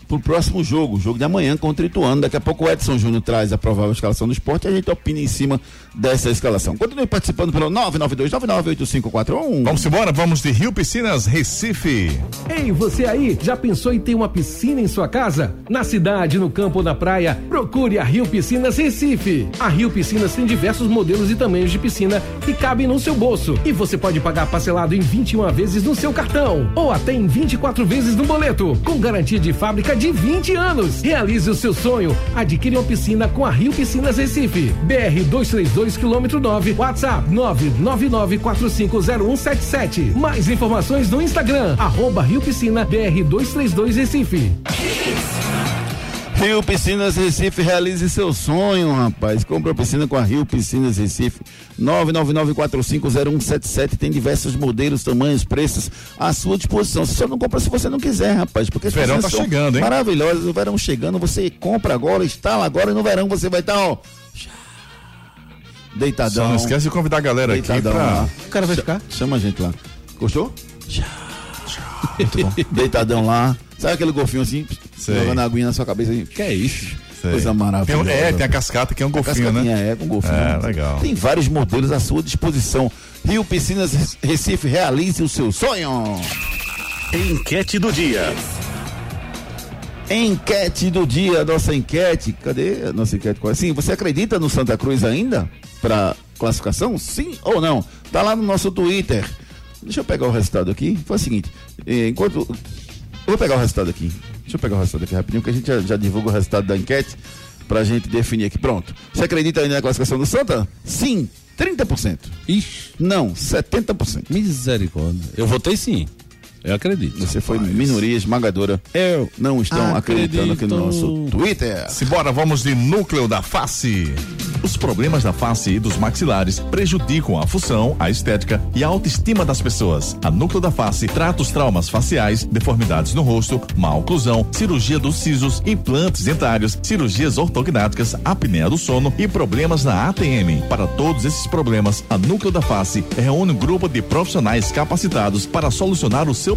[SPEAKER 3] pro próximo jogo? Jogo de amanhã contra o Ituano. Daqui a pouco o Edson Júnior traz a provável escalação do esporte e a gente opina em cima dessa escalação. Continue participando pelo 992 998541.
[SPEAKER 1] Vamos embora? Vamos de Rio Piscinas, Recife.
[SPEAKER 6] Ei, você aí, já pensou em ter uma piscina em sua casa? Na cidade, no campo ou na praia, procure a Rio Piscinas Recife. A Rio Piscinas tem diversos modelos e tamanhos de piscina que cabem no seu bolso. E você pode pagar parcelado em 21 vezes no seu cartão ou até em 24 vezes no boleto, com garantia de fábrica de 20 anos. Realize o seu sonho. Adquire uma piscina com a Rio Piscinas Recife. BR 232 quilômetro 9, WhatsApp 999450177. Mais informações no Instagram, arroba Rio Piscina BR 232 Recife.
[SPEAKER 3] Rio Piscinas Recife, realize seu sonho, rapaz. Compra a piscina com a Rio Piscinas Recife. 999450177 tem diversos modelos, tamanhos, preços à sua disposição. Você só não compra se você não quiser, rapaz, porque as
[SPEAKER 1] Verão
[SPEAKER 3] piscinas
[SPEAKER 1] tá
[SPEAKER 3] são
[SPEAKER 1] chegando, hein?
[SPEAKER 3] Maravilhosas, o verão chegando, você compra agora, instala agora e no verão você vai estar, ó, deitadão.
[SPEAKER 1] Só não esquece de convidar a galera aqui
[SPEAKER 3] deitadão né?
[SPEAKER 1] pra.
[SPEAKER 3] lá.
[SPEAKER 4] O cara vai ficar.
[SPEAKER 3] Chama a gente lá. Gostou? Muito bom. Deitadão lá. Sabe aquele golfinho assim,
[SPEAKER 1] Sei.
[SPEAKER 3] jogando a aguinha na sua cabeça assim?
[SPEAKER 5] Que é isso?
[SPEAKER 1] Sei.
[SPEAKER 3] Coisa maravilhosa.
[SPEAKER 1] Tem um- é, tem a cascata que é um golfinho, né?
[SPEAKER 3] Cascatinha é, com golfinho.
[SPEAKER 1] É, legal.
[SPEAKER 3] Tem vários modelos à sua disposição. Rio Piscinas Recife, realize o seu sonho.
[SPEAKER 2] Enquete do dia.
[SPEAKER 3] Enquete do dia, nossa enquete. Cadê a nossa enquete? Qual é? Sim, você acredita no Santa Cruz ainda? Pra classificação? Sim ou não? Tá lá no nosso Twitter. Deixa eu pegar o resultado aqui. Foi o seguinte: eh, enquanto. Eu vou pegar o resultado aqui. Deixa eu pegar o resultado aqui rapidinho, que a gente já, já divulga o resultado da enquete pra gente definir aqui. Pronto. Você acredita ainda na classificação do Santa? Sim, 30%.
[SPEAKER 5] Ixi,
[SPEAKER 3] Não, 70%.
[SPEAKER 5] misericórdia. Eu votei sim. Eu acredito.
[SPEAKER 3] Você foi minoria esmagadora.
[SPEAKER 5] Eu.
[SPEAKER 3] Não estão acreditando aqui no nosso
[SPEAKER 5] Acredito.
[SPEAKER 3] Twitter.
[SPEAKER 1] É. Simbora, vamos de núcleo da face. Os problemas da face e dos maxilares prejudicam a função, a estética e a autoestima das pessoas. A Núcleo da Face trata os traumas faciais, deformidades no rosto, má oclusão, cirurgia dos sisos, implantes dentários, cirurgias ortognáticas, apneia do sono e problemas na ATM. Para todos esses problemas, a Núcleo da Face reúne um grupo de profissionais capacitados para solucionar o seu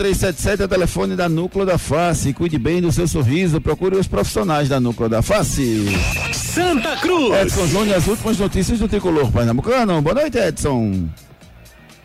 [SPEAKER 3] 3877-8377 é o telefone da Núcleo da Face. Cuide bem do seu sorriso. Procure os profissionais da Núcleo da Face.
[SPEAKER 2] Santa Cruz.
[SPEAKER 3] Edson Júnior, as últimas notícias do tricolor pernambucano. Boa noite, Edson.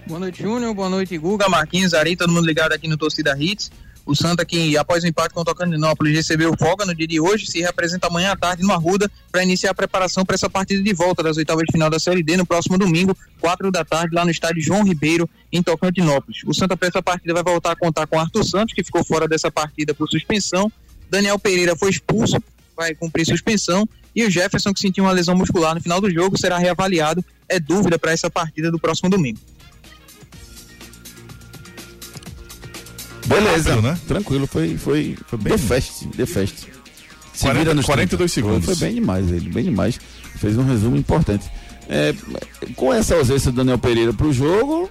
[SPEAKER 7] Boa noite, Júnior. Boa noite, Guga, Marquinhos, Ari, todo mundo ligado aqui no Torcida Hits. O Santa, que após o empate contra o Caninópolis, recebeu folga no dia de hoje, se representa amanhã à tarde no Arruda para iniciar a preparação para essa partida de volta das oitavas de final da Série D no próximo domingo, quatro da tarde, lá no estádio João Ribeiro, em Tocantinópolis. O Santa, para essa partida, vai voltar a contar com Arthur Santos, que ficou fora dessa partida por suspensão. Daniel Pereira foi expulso, vai cumprir suspensão. E o Jefferson, que sentiu uma lesão muscular no final do jogo, será reavaliado. É dúvida para essa partida do próximo domingo.
[SPEAKER 3] Beleza.
[SPEAKER 1] Rápido, né?
[SPEAKER 2] né?
[SPEAKER 3] Tranquilo, foi, foi, foi bem. The Fest. The Fest.
[SPEAKER 5] Se vira nos
[SPEAKER 1] 42 segundos.
[SPEAKER 3] Foi bem demais ele, bem demais. Fez um resumo importante. É, com essa ausência do Daniel Pereira pro jogo,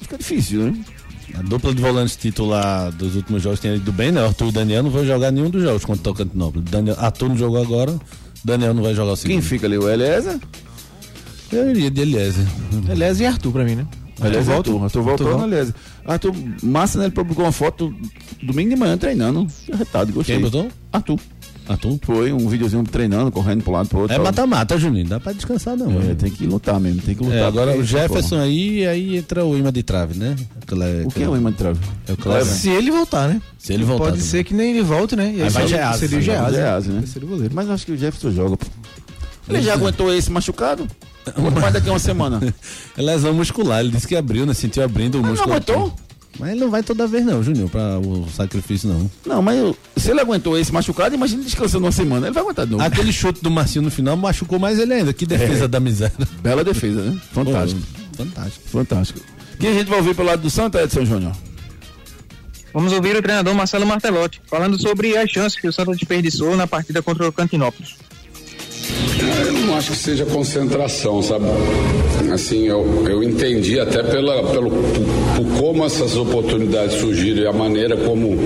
[SPEAKER 3] fica difícil, né?
[SPEAKER 5] A dupla de volantes titular dos últimos jogos tem ido bem, né? Arthur e Daniel não vão jogar nenhum dos jogos contra o Tocantinópolis. Daniel, Arthur não jogou agora, Daniel não vai jogar o
[SPEAKER 3] Quem
[SPEAKER 5] segundo.
[SPEAKER 3] fica ali? O Eliezer?
[SPEAKER 5] Eu iria de Eliezer.
[SPEAKER 4] Eliezer e Arthur pra mim, né?
[SPEAKER 3] Aliás,
[SPEAKER 5] Arthur
[SPEAKER 3] Arthur, Arthur voltando,
[SPEAKER 5] volta.
[SPEAKER 3] aliás. Arthur, massa, né? Ele publicou uma foto domingo de manhã treinando. Arretado, gostei.
[SPEAKER 5] Quem botou?
[SPEAKER 3] Arthur.
[SPEAKER 5] Arthur.
[SPEAKER 3] Foi um videozinho treinando, correndo pro lado pro outro.
[SPEAKER 5] É
[SPEAKER 3] tal.
[SPEAKER 5] mata-mata, Juninho. Dá pra descansar não.
[SPEAKER 3] É,
[SPEAKER 5] né?
[SPEAKER 3] tem que lutar mesmo, tem que lutar.
[SPEAKER 5] É, agora o
[SPEAKER 3] porque-
[SPEAKER 5] Jefferson aí, aí entra o imã de trave, né? Aquela-
[SPEAKER 3] O que é o imã de trave?
[SPEAKER 5] É o Clever.
[SPEAKER 4] Se ele voltar, né?
[SPEAKER 5] Se ele voltar.
[SPEAKER 4] Pode
[SPEAKER 5] também.
[SPEAKER 4] ser que nem ele volte, né? E
[SPEAKER 5] Aí vai
[SPEAKER 4] seria-
[SPEAKER 5] Geazi,
[SPEAKER 4] Seria o
[SPEAKER 5] vai
[SPEAKER 4] Geazi.
[SPEAKER 3] Geazi, né?
[SPEAKER 4] Terceiro goleiro.
[SPEAKER 3] Mas eu acho que o Jefferson joga. pô. Ele já aguentou esse machucado? Faz daqui a uma semana.
[SPEAKER 5] É lesão muscular. Ele disse que abriu, né? Sentiu abrindo o
[SPEAKER 3] Mas não
[SPEAKER 5] músculo.
[SPEAKER 3] aguentou?
[SPEAKER 5] Mas ele não vai toda vez, não, Juninho, pra o sacrifício, não.
[SPEAKER 3] Não, mas eu- se ele aguentou esse machucado, imagina ele descansando uma semana. Ele vai aguentar de novo.
[SPEAKER 5] Aquele chute do Marcinho no final machucou mais ele ainda. Que defesa da miséria.
[SPEAKER 3] É. Bela defesa, né? Fantástico.
[SPEAKER 5] Fantástico.
[SPEAKER 3] Fantástico. Quem a gente vai ouvir pelo lado do Santa, Edson Júnior?
[SPEAKER 7] Vamos ouvir o treinador Marcelo Martelotti falando sobre as chances que o Santa desperdiçou na partida contra o Cantinópolis.
[SPEAKER 8] Eu não acho que seja concentração, sabe? Assim, eu, eu entendi até pela, pelo por como essas oportunidades surgiram e a maneira como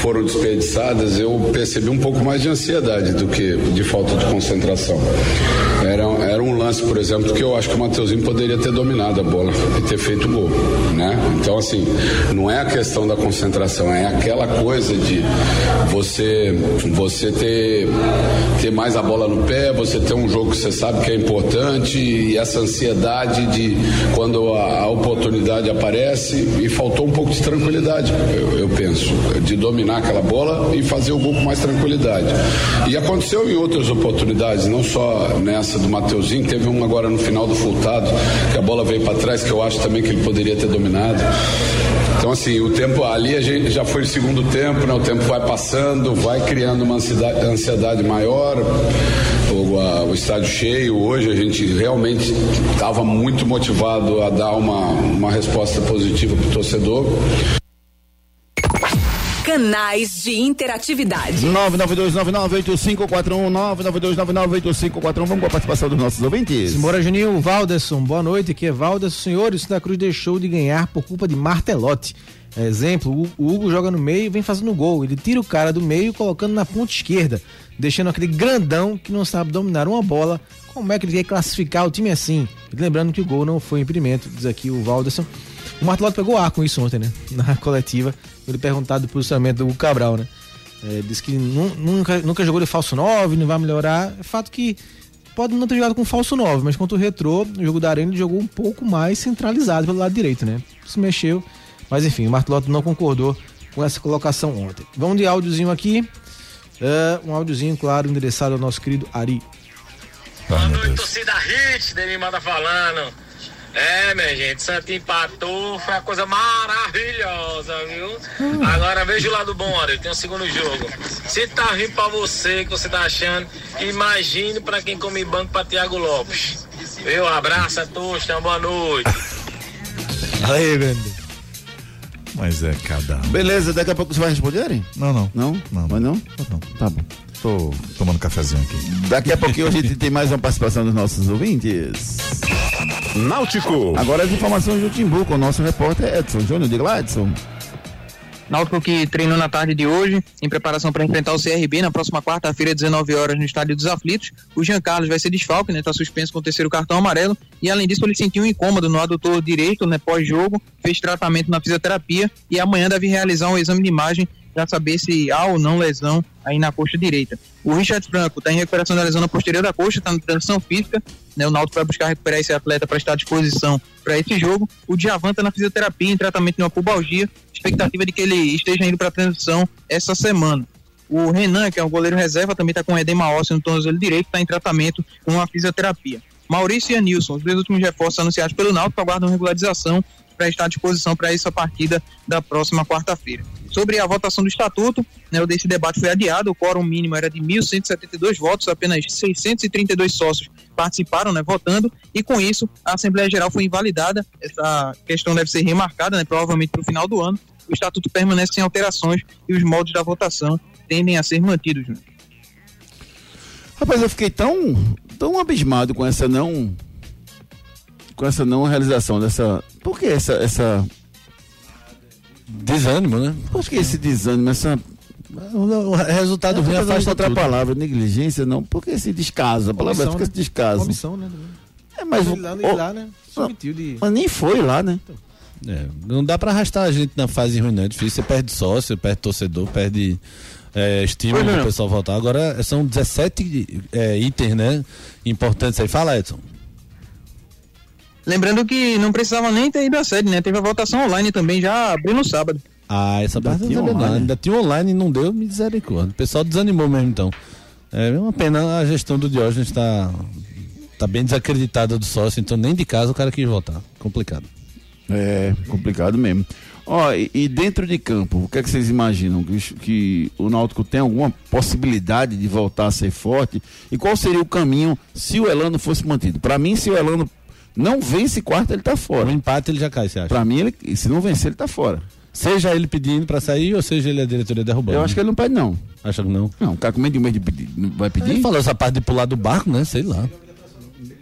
[SPEAKER 8] foram desperdiçadas, eu percebi um pouco mais de ansiedade do que de falta de concentração. Era, era um lance, por exemplo, que eu acho que o Mateuzinho poderia ter dominado a bola e ter feito o gol, né? Então, assim, não é a questão da concentração, é aquela coisa de você, você ter, ter mais a bola no pé, você ter um jogo que você sabe que é importante e essa ansiedade de quando a, a oportunidade aparece e faltou um pouco de tranquilidade, eu, eu penso, de dominar aquela bola e fazer o gol com mais tranquilidade. E aconteceu em outras oportunidades, não só nessa do Mateuzinho, teve uma agora no final do Fultado, que a bola veio para trás, que eu acho também que ele poderia ter dominado. Então, assim, o tempo ali a gente já foi o segundo tempo, né? O tempo vai passando, vai criando uma ansiedade, ansiedade maior. O, a- o estádio cheio hoje, a gente realmente estava muito motivado a dar uma, uma resposta positiva para o torcedor.
[SPEAKER 9] Canais de interatividade.
[SPEAKER 3] 992998541, 992998541. Vamos com a participação dos nossos ouvintes.
[SPEAKER 4] Simbora, Juninho. Valderson, boa noite. Aqui é Valderson. Senhores, Santa Cruz deixou de ganhar por culpa de Martelote. Exemplo, o o Hugo joga no meio e vem fazendo gol. Ele tira o cara do meio colocando na ponta esquerda, deixando aquele grandão que não sabe dominar uma bola. Como é que ele quer classificar o time assim? E lembrando que o gol não foi impedimento, diz aqui o Valderson. O Martelote pegou ar com isso ontem, né? Na coletiva, ele perguntado do posicionamento do Hugo Cabral, né? É, diz que nu- nunca, nunca jogou de falso 9, não vai melhorar. É fato que pode não ter jogado com falso 9, mas contra o Retrô, no jogo da Arena, ele jogou um pouco mais centralizado pelo lado direito, né? Se mexeu. Mas enfim, o Martelotto não concordou com essa colocação ontem. Vamos de áudiozinho aqui. É, um áudiozinho, claro, endereçado ao nosso querido Ari.
[SPEAKER 10] Boa noite, torcida Hit, Denimada falando. É, minha gente, Santo empatou, foi uma coisa maravilhosa, viu? Agora veja o lado bom, Ari, tem um segundo jogo. Se tá ruim pra você, que você tá achando, imagine pra quem come banco pra Tiago Lopes. Viu? Abraça, Tosta, boa noite.
[SPEAKER 4] Aí, grande.
[SPEAKER 1] Mas é cada um.
[SPEAKER 3] Beleza, daqui a pouco você vai responder, hein?
[SPEAKER 1] Não, não.
[SPEAKER 3] Não?
[SPEAKER 1] Não.
[SPEAKER 3] Mas não?
[SPEAKER 1] Não.
[SPEAKER 3] Tá bom.
[SPEAKER 1] Tô tomando cafezinho aqui.
[SPEAKER 3] Daqui a pouquinho a gente tem mais uma participação dos nossos ouvintes.
[SPEAKER 2] Náutico.
[SPEAKER 3] Agora as informações do Timbu com o nosso repórter Edson Júnior. Diga lá, Edson.
[SPEAKER 7] Náutico que treinou na tarde de hoje, em preparação para enfrentar o CRB na próxima quarta-feira, 19 horas, no Estádio dos Aflitos. O Jean Carlos vai ser desfalque, né? Está suspenso com o terceiro cartão amarelo. E além disso, ele sentiu um incômodo no adutor direito, né? Pós-jogo, fez tratamento na fisioterapia e amanhã deve realizar um exame de imagem para saber se há ou não lesão aí na coxa direita. O Richard Franco está em recuperação da lesão na posterior da coxa, está na transição física. Né? O Náutico vai buscar recuperar esse atleta para estar à disposição para esse jogo. O Djavan está na fisioterapia, em tratamento de uma pubalgia. Expectativa é de que ele esteja indo para a transição essa semana. O Renan, que é um goleiro reserva, também está com edema ósseo no tornozelo direito, está em tratamento com uma fisioterapia. Maurício e Anilson, os dois últimos reforços anunciados pelo Náutico, aguardam regularização para estar à disposição para essa partida da próxima quarta-feira. Sobre a votação do estatuto, né, esse debate foi adiado, o quórum mínimo era de 1.172 votos, apenas 632 sócios participaram, né, votando, e com isso a Assembleia Geral foi invalidada, essa questão deve ser remarcada, né, provavelmente para o final do ano, o né? estatuto permanece sem alterações e os moldes da votação tendem a ser mantidos. Júnior.
[SPEAKER 3] Rapaz, eu fiquei tão, tão abismado com essa não. Com essa não realização dessa. Por que essa. essa...
[SPEAKER 5] Desânimo, né?
[SPEAKER 3] Por que esse desânimo, essa.
[SPEAKER 5] O resultado ruim
[SPEAKER 3] Eu não
[SPEAKER 5] afasta
[SPEAKER 3] outra
[SPEAKER 5] tudo.
[SPEAKER 3] palavra, negligência, não. Por que esse descaso? A palavra
[SPEAKER 4] Omissão,
[SPEAKER 3] fica esse descaso.
[SPEAKER 4] Comissão, né? também.
[SPEAKER 3] É, mas,
[SPEAKER 4] Ele lá, ele
[SPEAKER 3] o-
[SPEAKER 4] lá, né? Submetiu de.
[SPEAKER 3] mas nem foi lá, né?
[SPEAKER 5] É, não dá pra arrastar a gente na fase ruim, não. É difícil. Você perde sócio, perde torcedor, perde é, estímulo
[SPEAKER 3] Pois não.
[SPEAKER 5] do pessoal voltar. Agora é, são 17 é, itens, né? Importantes aí. Fala, Edson.
[SPEAKER 7] Lembrando que não precisava nem ter ido à sede, né? Teve a votação online também, já abriu no sábado.
[SPEAKER 5] Ah, essa
[SPEAKER 3] Ainda
[SPEAKER 5] parte
[SPEAKER 3] tinha
[SPEAKER 5] eu não sabia
[SPEAKER 3] online.
[SPEAKER 5] não. Ainda tinha online e não deu misericórdia. O pessoal desanimou mesmo, então. É uma pena a gestão do Diógenes tá, tá bem desacreditada do sócio, então nem de casa o cara quis voltar. Complicado.
[SPEAKER 3] É, complicado mesmo. Ó, e, e dentro de campo, o que é que vocês imaginam? Que, os- que o Náutico tem alguma possibilidade de voltar a ser forte? E qual seria o caminho se o Elano fosse mantido? Pra mim, se o Elano não vence quarto, ele tá
[SPEAKER 5] O
[SPEAKER 3] fora.
[SPEAKER 5] Um empate ele já cai, você acha?
[SPEAKER 3] Pra mim, ele- se não vencer, ele tá fora.
[SPEAKER 5] Seja ele pedindo pra sair ou seja ele a diretoria derrubando.
[SPEAKER 3] Eu acho que ele não pede, não.
[SPEAKER 5] Acha que não.
[SPEAKER 3] Não, o cara com medo de um mês de pedir, não vai
[SPEAKER 5] Ele
[SPEAKER 3] pedir?
[SPEAKER 5] falou essa parte de pular do barco, né? Sei lá.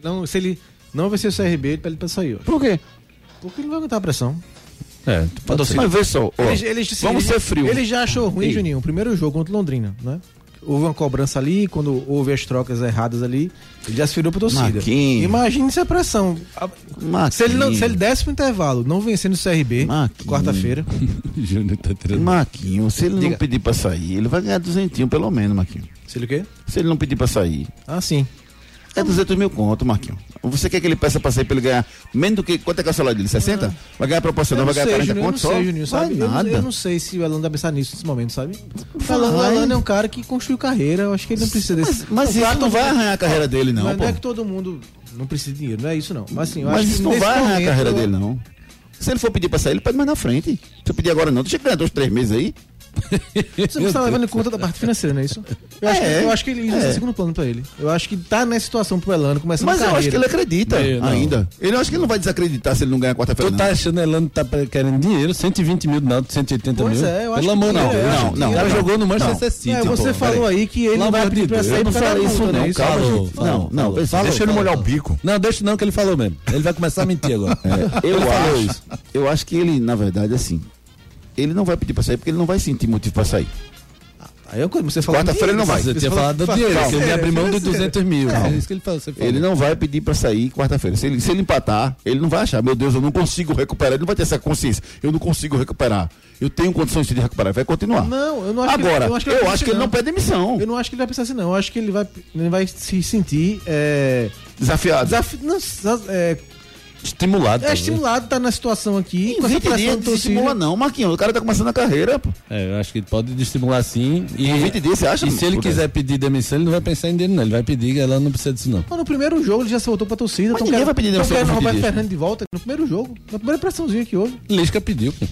[SPEAKER 4] Não, se ele não vai ser o CRB, ele pede pra sair, ó.
[SPEAKER 3] Por quê?
[SPEAKER 4] Porque ele não vai aguentar a pressão.
[SPEAKER 5] É, pode ser.
[SPEAKER 3] Mas vê só, ó,
[SPEAKER 4] Ele, ele- assim,
[SPEAKER 3] vamos
[SPEAKER 4] ele-
[SPEAKER 3] ser frio.
[SPEAKER 4] Ele já achou ruim,
[SPEAKER 3] Ei.
[SPEAKER 4] Juninho, o primeiro jogo contra o Londrina, né? Houve uma cobrança ali, quando houve as trocas erradas ali, ele já se virou pra torcida.
[SPEAKER 3] Marquinhos.
[SPEAKER 4] Imagine se a pressão. A-
[SPEAKER 3] Marquinhos.
[SPEAKER 4] Se ele, não, se ele desse pro intervalo, não vencendo o CRB,
[SPEAKER 3] Marquinhos.
[SPEAKER 4] quarta-feira,
[SPEAKER 5] Júnior tá tirando.
[SPEAKER 3] Marquinho, se ele não
[SPEAKER 4] Diga.
[SPEAKER 3] pedir pra sair, ele vai ganhar duzentinho pelo menos, Marquinho.
[SPEAKER 4] sei lá o quê?
[SPEAKER 3] Se ele não pedir pra sair.
[SPEAKER 4] Ah, sim.
[SPEAKER 3] É 200 mil conto, Marquinhos. Você quer que ele peça pra sair pra ele ganhar menos do que. Quanto é que é o salário dele? 60? Vai ganhar proporcional, vai ganhar 40
[SPEAKER 4] Juninho, Ah. eu não
[SPEAKER 3] conto só?
[SPEAKER 4] sei, Juninho, sabe? Eu
[SPEAKER 3] Vai
[SPEAKER 4] não-
[SPEAKER 3] nada.
[SPEAKER 4] Eu, não sei se o Alan vai pensar nisso nesse momento, sabe? O
[SPEAKER 3] Vai.
[SPEAKER 4] Alan, o Alan é um cara que construiu carreira, eu acho que ele não precisa desse.
[SPEAKER 3] Mas, mas isso não vai arranhar a carreira dele, não,
[SPEAKER 4] Não, não
[SPEAKER 3] pô.
[SPEAKER 4] é que todo mundo não precisa de dinheiro, não é isso não. Mas assim, eu
[SPEAKER 3] Mas
[SPEAKER 4] acho
[SPEAKER 3] isso
[SPEAKER 4] que
[SPEAKER 3] não
[SPEAKER 4] nesse
[SPEAKER 3] vai arranhar a
[SPEAKER 4] momento,
[SPEAKER 3] carreira
[SPEAKER 4] eu-
[SPEAKER 3] dele, não. Se ele for pedir pra sair, ele pede mais na frente. Se eu pedir agora, não. Deixa ele ganhar dois, três meses aí.
[SPEAKER 4] Você não está levando em conta da parte financeira, não é isso? Eu acho,
[SPEAKER 3] É,
[SPEAKER 4] que, eu acho que ele
[SPEAKER 3] é.
[SPEAKER 4] é. segundo plano pra ele. Eu acho que tá nessa situação pro Elano
[SPEAKER 5] é
[SPEAKER 4] começando
[SPEAKER 3] Mas
[SPEAKER 4] a
[SPEAKER 3] eu
[SPEAKER 4] carreira.
[SPEAKER 3] acho que ele acredita
[SPEAKER 5] Não.
[SPEAKER 3] ainda. Ele eu acho que ele não vai desacreditar se ele não ganhar quarta-feira.
[SPEAKER 5] Tu tá
[SPEAKER 3] Não.
[SPEAKER 5] achando Elano tá pre- querendo dinheiro? 120 mil do Náutico, 180
[SPEAKER 4] Pois
[SPEAKER 5] mil?
[SPEAKER 4] é, eu acho
[SPEAKER 5] Pelo
[SPEAKER 4] que
[SPEAKER 5] amor, não.
[SPEAKER 4] dinheiro, eu acho
[SPEAKER 5] Não,
[SPEAKER 4] que
[SPEAKER 5] não. O cara
[SPEAKER 3] dinheiro.
[SPEAKER 5] jogou no Manchester
[SPEAKER 3] Não.
[SPEAKER 5] City,
[SPEAKER 4] É,
[SPEAKER 5] pô.
[SPEAKER 4] você falou aí que ele
[SPEAKER 5] Pelo
[SPEAKER 4] não vai
[SPEAKER 5] amor de
[SPEAKER 4] pedir pra
[SPEAKER 5] Deus, eu
[SPEAKER 4] sair
[SPEAKER 5] não
[SPEAKER 4] por causa
[SPEAKER 5] falei
[SPEAKER 4] da
[SPEAKER 5] isso
[SPEAKER 4] multa,
[SPEAKER 5] não,
[SPEAKER 4] é isso?
[SPEAKER 5] calma,
[SPEAKER 4] Mas-
[SPEAKER 5] Ju. Fala,
[SPEAKER 3] Não, não,
[SPEAKER 5] fala.
[SPEAKER 3] fala,
[SPEAKER 5] Deixa ele
[SPEAKER 3] fala.
[SPEAKER 5] molhar o bico. Não, deixa não que ele falou mesmo. Ele vai começar a mentir agora.
[SPEAKER 3] É, Eu
[SPEAKER 5] falou
[SPEAKER 3] acho,
[SPEAKER 5] isso.
[SPEAKER 3] eu acho que ele, na verdade, assim. Ele não vai pedir pra sair porque ele não vai sentir motivo pra sair.
[SPEAKER 5] Ah,
[SPEAKER 4] Aí é uma coisa, você falou
[SPEAKER 3] Quarta-feira ele não vai.
[SPEAKER 5] Mas eu tinha falado do dinheiro, que ele ia abrir mão de 200 mil. É isso que ele falou. Você falou.
[SPEAKER 3] Ele não vai pedir pra sair quarta-feira. Se ele, se ele empatar, ele não vai achar, meu Deus, eu não consigo recuperar. Ele não vai ter essa consciência. Eu não consigo recuperar. Eu tenho condições de recuperar. Vai continuar.
[SPEAKER 4] Não, eu não acho que-
[SPEAKER 3] Agora,
[SPEAKER 4] eu acho que ele vai
[SPEAKER 3] ele
[SPEAKER 4] pedir,
[SPEAKER 3] não
[SPEAKER 4] não.
[SPEAKER 3] pede demissão.
[SPEAKER 4] Eu não acho que ele vai pensar assim, não. Eu acho que ele vai, ele vai se sentir. É,
[SPEAKER 3] Desafiado.
[SPEAKER 4] desafi- não, sa- é,
[SPEAKER 5] Estimulado.
[SPEAKER 4] é
[SPEAKER 5] talvez.
[SPEAKER 4] estimulado, tá na situação aqui.
[SPEAKER 3] Em
[SPEAKER 4] com essa
[SPEAKER 3] 20
[SPEAKER 4] pressão
[SPEAKER 3] dias
[SPEAKER 4] do
[SPEAKER 3] não estimula,
[SPEAKER 4] torcida.
[SPEAKER 3] não, Marquinhos. O cara tá começando a carreira, pô.
[SPEAKER 5] É, eu acho que pode estimular sim. E,
[SPEAKER 3] Com 20 dias, você acha,
[SPEAKER 5] E se ele
[SPEAKER 3] Rudolfo?
[SPEAKER 5] quiser pedir demissão, ele não vai pensar em dinheiro, não. Ele vai pedir, que ela não precisa disso, não.
[SPEAKER 4] Mas no primeiro jogo ele já soltou pra torcida.
[SPEAKER 3] Mas ninguém vai pedir
[SPEAKER 4] Não
[SPEAKER 3] demissão
[SPEAKER 4] querendo
[SPEAKER 3] com
[SPEAKER 4] o
[SPEAKER 3] 20
[SPEAKER 4] Roberto
[SPEAKER 3] dias.
[SPEAKER 4] Fernandes de volta né? no primeiro jogo. Na primeira pressãozinha que houve.
[SPEAKER 5] Lisca pediu, pô.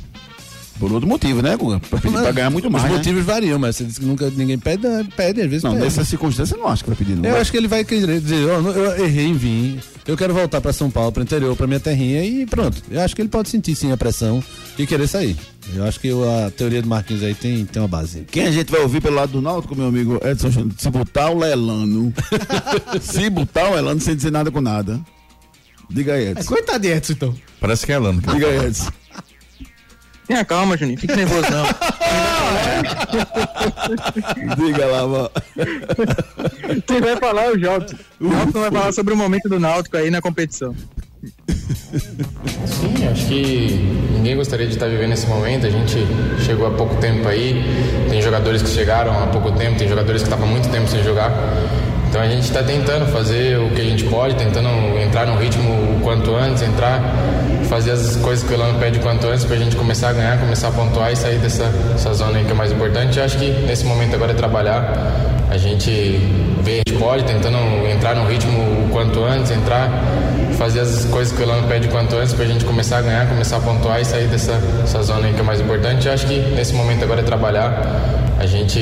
[SPEAKER 3] Por outro motivo, né, Guga? Pra, pedir, pra ganhar muito mais.
[SPEAKER 5] Os
[SPEAKER 3] né?
[SPEAKER 5] motivos variam, mas você disse que nunca ninguém pede, né? pede às vezes.
[SPEAKER 3] Não,
[SPEAKER 5] pede.
[SPEAKER 3] nessa circunstância eu não acho que vai pedir, não.
[SPEAKER 5] Eu
[SPEAKER 3] Vai-
[SPEAKER 5] acho que ele vai querer dizer, ó, não, eu errei em vir, eu quero voltar pra São Paulo, pra interior, pra minha terrinha e pronto. Eu acho que ele pode sentir sim a pressão e querer sair. Eu acho que o- a teoria do Marquinhos aí tem, tem uma base.
[SPEAKER 3] Quem a gente vai ouvir pelo lado do Náutico, meu amigo Edson Júnior? Se botar o Elano. se botar o Elano sem dizer nada com nada. Diga aí, Edson.
[SPEAKER 4] É Coitado de Edson, então.
[SPEAKER 2] Parece que é Elano. que-
[SPEAKER 3] Diga aí, Edson.
[SPEAKER 7] Tenha calma, Juninho, fique nervoso não.
[SPEAKER 3] Diga lá, vó.
[SPEAKER 7] Quem vai falar é o Jota. O Jota vai falar sobre o momento do Náutico aí na competição.
[SPEAKER 11] Sim, acho que ninguém gostaria de estar vivendo esse momento. A gente chegou há pouco tempo aí, tem jogadores que chegaram há pouco tempo, tem jogadores que estavam há muito tempo sem jogar. Então a gente está tentando fazer o que a gente pode, tentando entrar no ritmo o quanto antes, entrar, fazer as coisas que o Elano pede o quanto antes para a gente começar a ganhar, começar a pontuar e sair dessa, dessa zona aí que é mais importante. Eu acho que nesse momento agora é trabalhar. A gente vê, a gente pode, tentando entrar no ritmo o quanto antes, entrar, fazer as coisas que o Elano pede o quanto antes para a gente começar a ganhar, começar a pontuar e sair dessa, dessa zona aí que é mais importante. Eu acho que nesse momento agora é trabalhar, a gente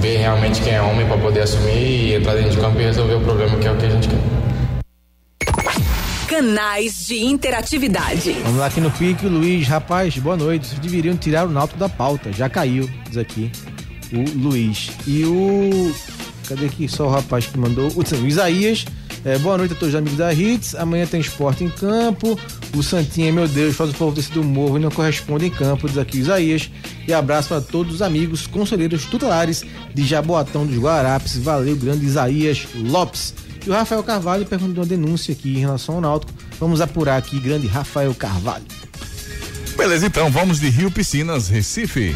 [SPEAKER 11] vê realmente quem é homem para poder assumir e entrar dentro de campo e resolver o problema que é o que a gente quer.
[SPEAKER 9] Canais de interatividade.
[SPEAKER 4] Vamos lá aqui no pique, o Luiz, rapaz, boa noite. Vocês deveriam tirar o Náutico da pauta, já caiu, diz aqui o Luiz. E o Cadê aqui só o rapaz que mandou? O, o Isaías. É, boa noite a todos os amigos da Hits. Amanhã tem esporte em campo. O Santinha, meu Deus, faz o povo descer do morro e não corresponde em campo, diz aqui o Isaías. E abraço para todos os amigos, conselheiros tutelares de Jaboatão dos Guarapes. Valeu, grande Isaías Lopes. E o Rafael Carvalho perguntou uma denúncia aqui em relação ao Náutico. Vamos apurar aqui, grande Rafael Carvalho.
[SPEAKER 1] Beleza, então vamos de Rio Piscinas, Recife.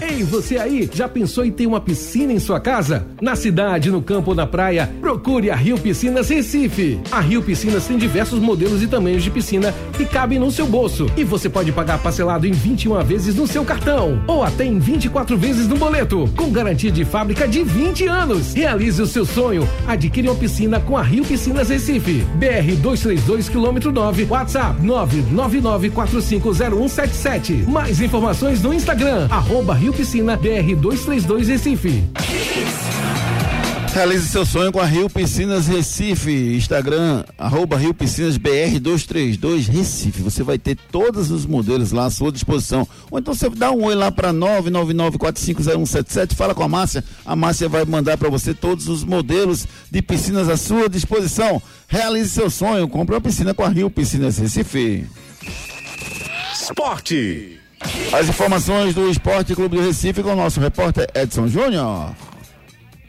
[SPEAKER 6] Ei, você aí, já pensou em ter uma piscina em sua casa? Na cidade, no campo ou na praia, procure a Rio Piscinas Recife. A Rio Piscinas tem diversos modelos e tamanhos de piscina que cabem no seu bolso. E você pode pagar parcelado em 21 vezes no seu cartão ou até em 24 vezes no boleto, com garantia de fábrica de 20 anos. Realize o seu sonho. Adquire uma piscina com a Rio Piscinas Recife. BR 232 quilômetro 9, WhatsApp 999450177. Mais informações no Instagram, arroba Rio Piscina BR 232 Recife.
[SPEAKER 3] Realize seu sonho com a Rio Piscinas Recife. Instagram, arroba Rio Piscinas BR232 Recife. Você vai ter todos os modelos lá à sua disposição. Ou então você dá um oi lá para 999450177, fala com a Márcia. A Márcia vai mandar para você todos os modelos de piscinas à sua disposição. Realize seu sonho, compre uma piscina com a Rio Piscinas Recife.
[SPEAKER 2] Esporte.
[SPEAKER 3] As informações do Esporte Clube do Recife com o nosso repórter Edson Júnior.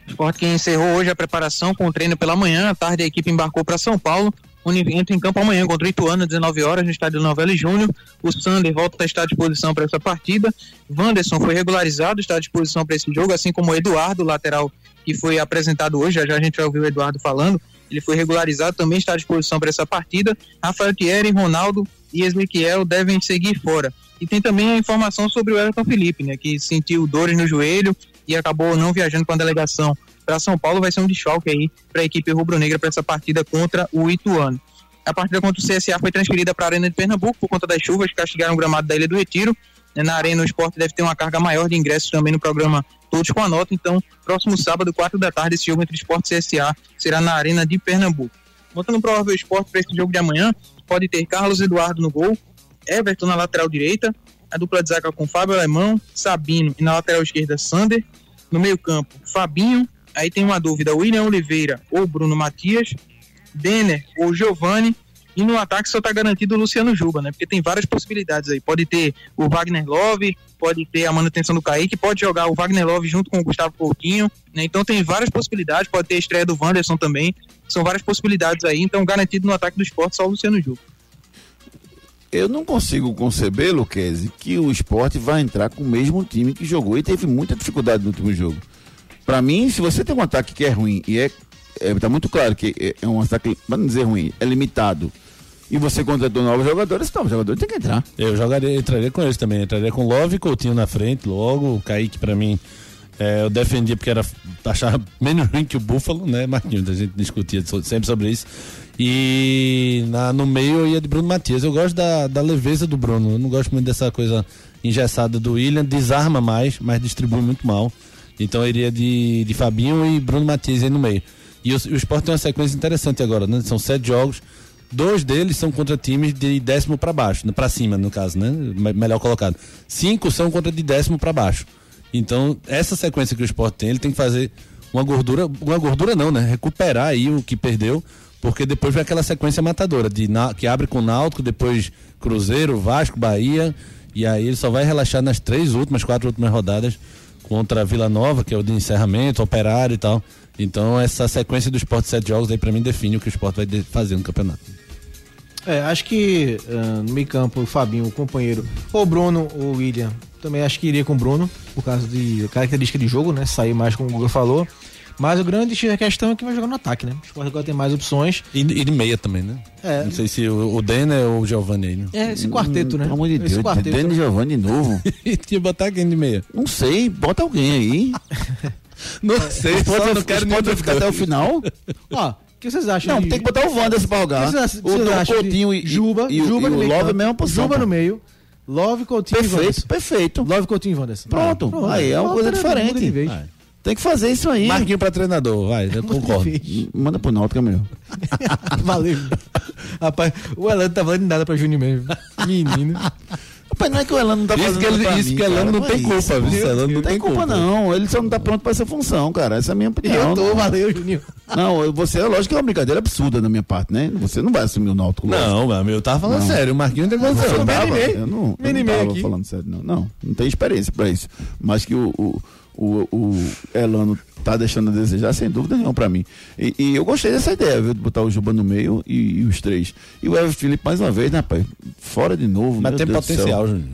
[SPEAKER 7] O Sport que encerrou hoje a preparação com o treino pela manhã. À tarde a equipe embarcou para São Paulo. O União entra em campo amanhã contra o Ituano, 19 horas, no estádio Novelli Júnior. O Sander volta a estar à disposição para essa partida. Wanderson foi regularizado, está à disposição para esse jogo, assim como o Eduardo, lateral que foi apresentado hoje. Já, já a gente vai ouvir o Eduardo falando. Ele foi regularizado, também está à disposição para essa partida. Rafael Thierry, Ronaldo e Ezequiel devem seguir fora. E tem também a informação sobre o Everton Felipe, né, que sentiu dores no joelho, e acabou não viajando com a delegação para São Paulo, vai ser um desfalque aí para a equipe rubro-negra para essa partida contra o Ituano. A partida contra o CSA foi transferida para a Arena de Pernambuco por conta das chuvas que castigaram o gramado da Ilha do Retiro. Na Arena, o esporte deve ter uma carga maior de ingressos também no programa Todos com a Nota. Então, próximo sábado, 4 da tarde, esse jogo entre esporte e CSA será na Arena de Pernambuco. Montando o provável esporte para esse jogo de amanhã, pode ter Carlos Eduardo no gol, Everton na lateral direita, a dupla de zaga com Fábio Alemão, Sabino e na lateral esquerda Sander. No meio-campo, Fabinho. Aí tem uma dúvida: William Oliveira ou Bruno Matias, Denner ou Giovanni. E no ataque só está garantido o Luciano Juba, né? Porque tem várias possibilidades aí. Pode ter o Wagner Love, pode ter a manutenção do Kaique, pode jogar o Wagner Love junto com o Gustavo Coutinho, né? Então tem várias possibilidades, pode ter a estreia do Wanderson também. São várias possibilidades aí. Então garantido no ataque do esporte só o Luciano Juba
[SPEAKER 3] eu não consigo conceber, Luquezzi, que o esporte vai entrar com o mesmo time que jogou e teve muita dificuldade no último jogo. Para mim, se você tem um ataque que é ruim e é, é tá muito claro que é, é um ataque, para não dizer ruim, é limitado. E você contratou novos jogadores, então o jogador tem que entrar.
[SPEAKER 5] Eu jogaria, entraria com eles também, entraria com Love e Coutinho na frente, logo, o Kaique para mim é, eu defendia porque era achava menos ruim que o Buffalo, né, Marquinhos? A gente discutia sempre sobre isso. E na, no meio eu ia de Bruno Matias. Eu gosto da, da leveza do Bruno. Eu não gosto muito dessa coisa engessada do William. Desarma mais, mas distribui muito mal. Então eu iria de, de Fabinho e Bruno Matias aí no meio. E o, o Sport tem uma sequência interessante agora, né? São sete jogos. Dois deles são contra times de décimo para baixo, para cima no caso, né? Melhor colocado. Cinco são contra de décimo para baixo. Então, essa sequência que o esporte tem, ele tem que fazer uma gordura, uma gordura não, né? Recuperar aí o que perdeu, porque depois vem aquela sequência matadora, de, que abre com o Náutico, depois Cruzeiro, Vasco, Bahia, e aí ele só vai relaxar nas três últimas, quatro últimas rodadas contra a Vila Nova, que é o de encerramento, operário e tal. Então, essa sequência do esporte sete jogos aí, para mim, define o que o esporte vai fazer no campeonato.
[SPEAKER 4] É, acho que uh, no meio campo, o Fabinho, o companheiro, ou o Bruno, ou o William, também acho que iria com o Bruno, por causa de característica de jogo, né? Sair mais como o Guga falou. Mas o grande questão é que vai jogar no ataque, né? O Sport agora tem mais opções.
[SPEAKER 5] E, e de meia também, né? É. Não sei se o, o Denner ou o Giovanni aí, né?
[SPEAKER 4] É,
[SPEAKER 3] Hum.
[SPEAKER 4] esse quarteto, né?
[SPEAKER 3] Pelo amor de
[SPEAKER 4] esse
[SPEAKER 3] Deus, quarteto. Denner e Giovanni de novo.
[SPEAKER 5] Tinha botar quem de meia?
[SPEAKER 3] Não sei, bota alguém aí.
[SPEAKER 5] não sei,
[SPEAKER 3] Os
[SPEAKER 5] só
[SPEAKER 3] pontos-
[SPEAKER 5] não quero
[SPEAKER 3] os
[SPEAKER 5] nem
[SPEAKER 3] pontos vão ficar até o final?
[SPEAKER 4] Ó, o que vocês acham?
[SPEAKER 3] Não,
[SPEAKER 4] de-
[SPEAKER 3] tem que botar o Wanderson pra jogar.
[SPEAKER 4] O que vocês-
[SPEAKER 3] O
[SPEAKER 4] vocês acham de
[SPEAKER 3] Coutinho e, e-
[SPEAKER 4] Juba,
[SPEAKER 3] e, o-
[SPEAKER 4] Juba
[SPEAKER 3] e
[SPEAKER 4] no
[SPEAKER 3] o
[SPEAKER 4] meio
[SPEAKER 3] Love
[SPEAKER 4] campo,
[SPEAKER 3] mesmo posição.
[SPEAKER 4] Juba
[SPEAKER 3] pô.
[SPEAKER 4] no meio. Love, Coutinho e
[SPEAKER 3] Perfeito,
[SPEAKER 4] Wanderson.
[SPEAKER 3] perfeito.
[SPEAKER 4] Love, Coutinho e Wanderson.
[SPEAKER 3] Pronto. Aí é uma coisa
[SPEAKER 4] Pronto, era
[SPEAKER 3] diferente.
[SPEAKER 4] muda de vez.
[SPEAKER 5] Ah,
[SPEAKER 3] Tem que fazer isso aí.
[SPEAKER 5] Marquinho pra treinador, vai, eu concordo.
[SPEAKER 3] Manda pro Náutico, é melhor.
[SPEAKER 4] Valeu. Rapaz, o Elan tá valendo nada pra Juninho mesmo. Menino.
[SPEAKER 3] culpa não é que o Elano não tá
[SPEAKER 5] Isso
[SPEAKER 3] fazendo
[SPEAKER 5] que ele-
[SPEAKER 3] pra
[SPEAKER 5] isso
[SPEAKER 3] mim,
[SPEAKER 5] que o Elano
[SPEAKER 3] cara.
[SPEAKER 5] não tem
[SPEAKER 3] é
[SPEAKER 5] culpa,
[SPEAKER 3] isso,
[SPEAKER 5] viu?
[SPEAKER 3] pô.
[SPEAKER 5] O Elano não
[SPEAKER 3] tem,
[SPEAKER 5] tem
[SPEAKER 3] culpa,
[SPEAKER 5] culpa.
[SPEAKER 3] não. Ele só não tá pronto pra essa função, cara. Essa é a minha opinião.
[SPEAKER 4] Eu tô, valeu, Juninho.
[SPEAKER 3] Não, você, lógico que é uma brincadeira absurda da minha parte, né? Você não vai assumir o Náutico. lógico.
[SPEAKER 5] Não, meu amigo, eu tava falando
[SPEAKER 3] Não.
[SPEAKER 5] sério. O Marquinhos tem
[SPEAKER 3] Eu
[SPEAKER 5] condição.
[SPEAKER 3] não tava,
[SPEAKER 5] Mini-man.
[SPEAKER 3] eu não, eu não
[SPEAKER 5] Mini-man
[SPEAKER 3] tava
[SPEAKER 5] aqui.
[SPEAKER 3] falando sério, não. Não, não tem experiência pra isso. Mas que o, o, o, o Elano tá deixando a desejar, sem dúvida nenhuma pra mim. E, e eu gostei dessa ideia, viu? De botar o Juba no meio e, e os três. E o Evan Felipe, mais uma vez, né, rapaz? Fora de novo.
[SPEAKER 5] Mas
[SPEAKER 3] meu
[SPEAKER 5] tem
[SPEAKER 3] Deus do céu.
[SPEAKER 5] potencial, Juninho.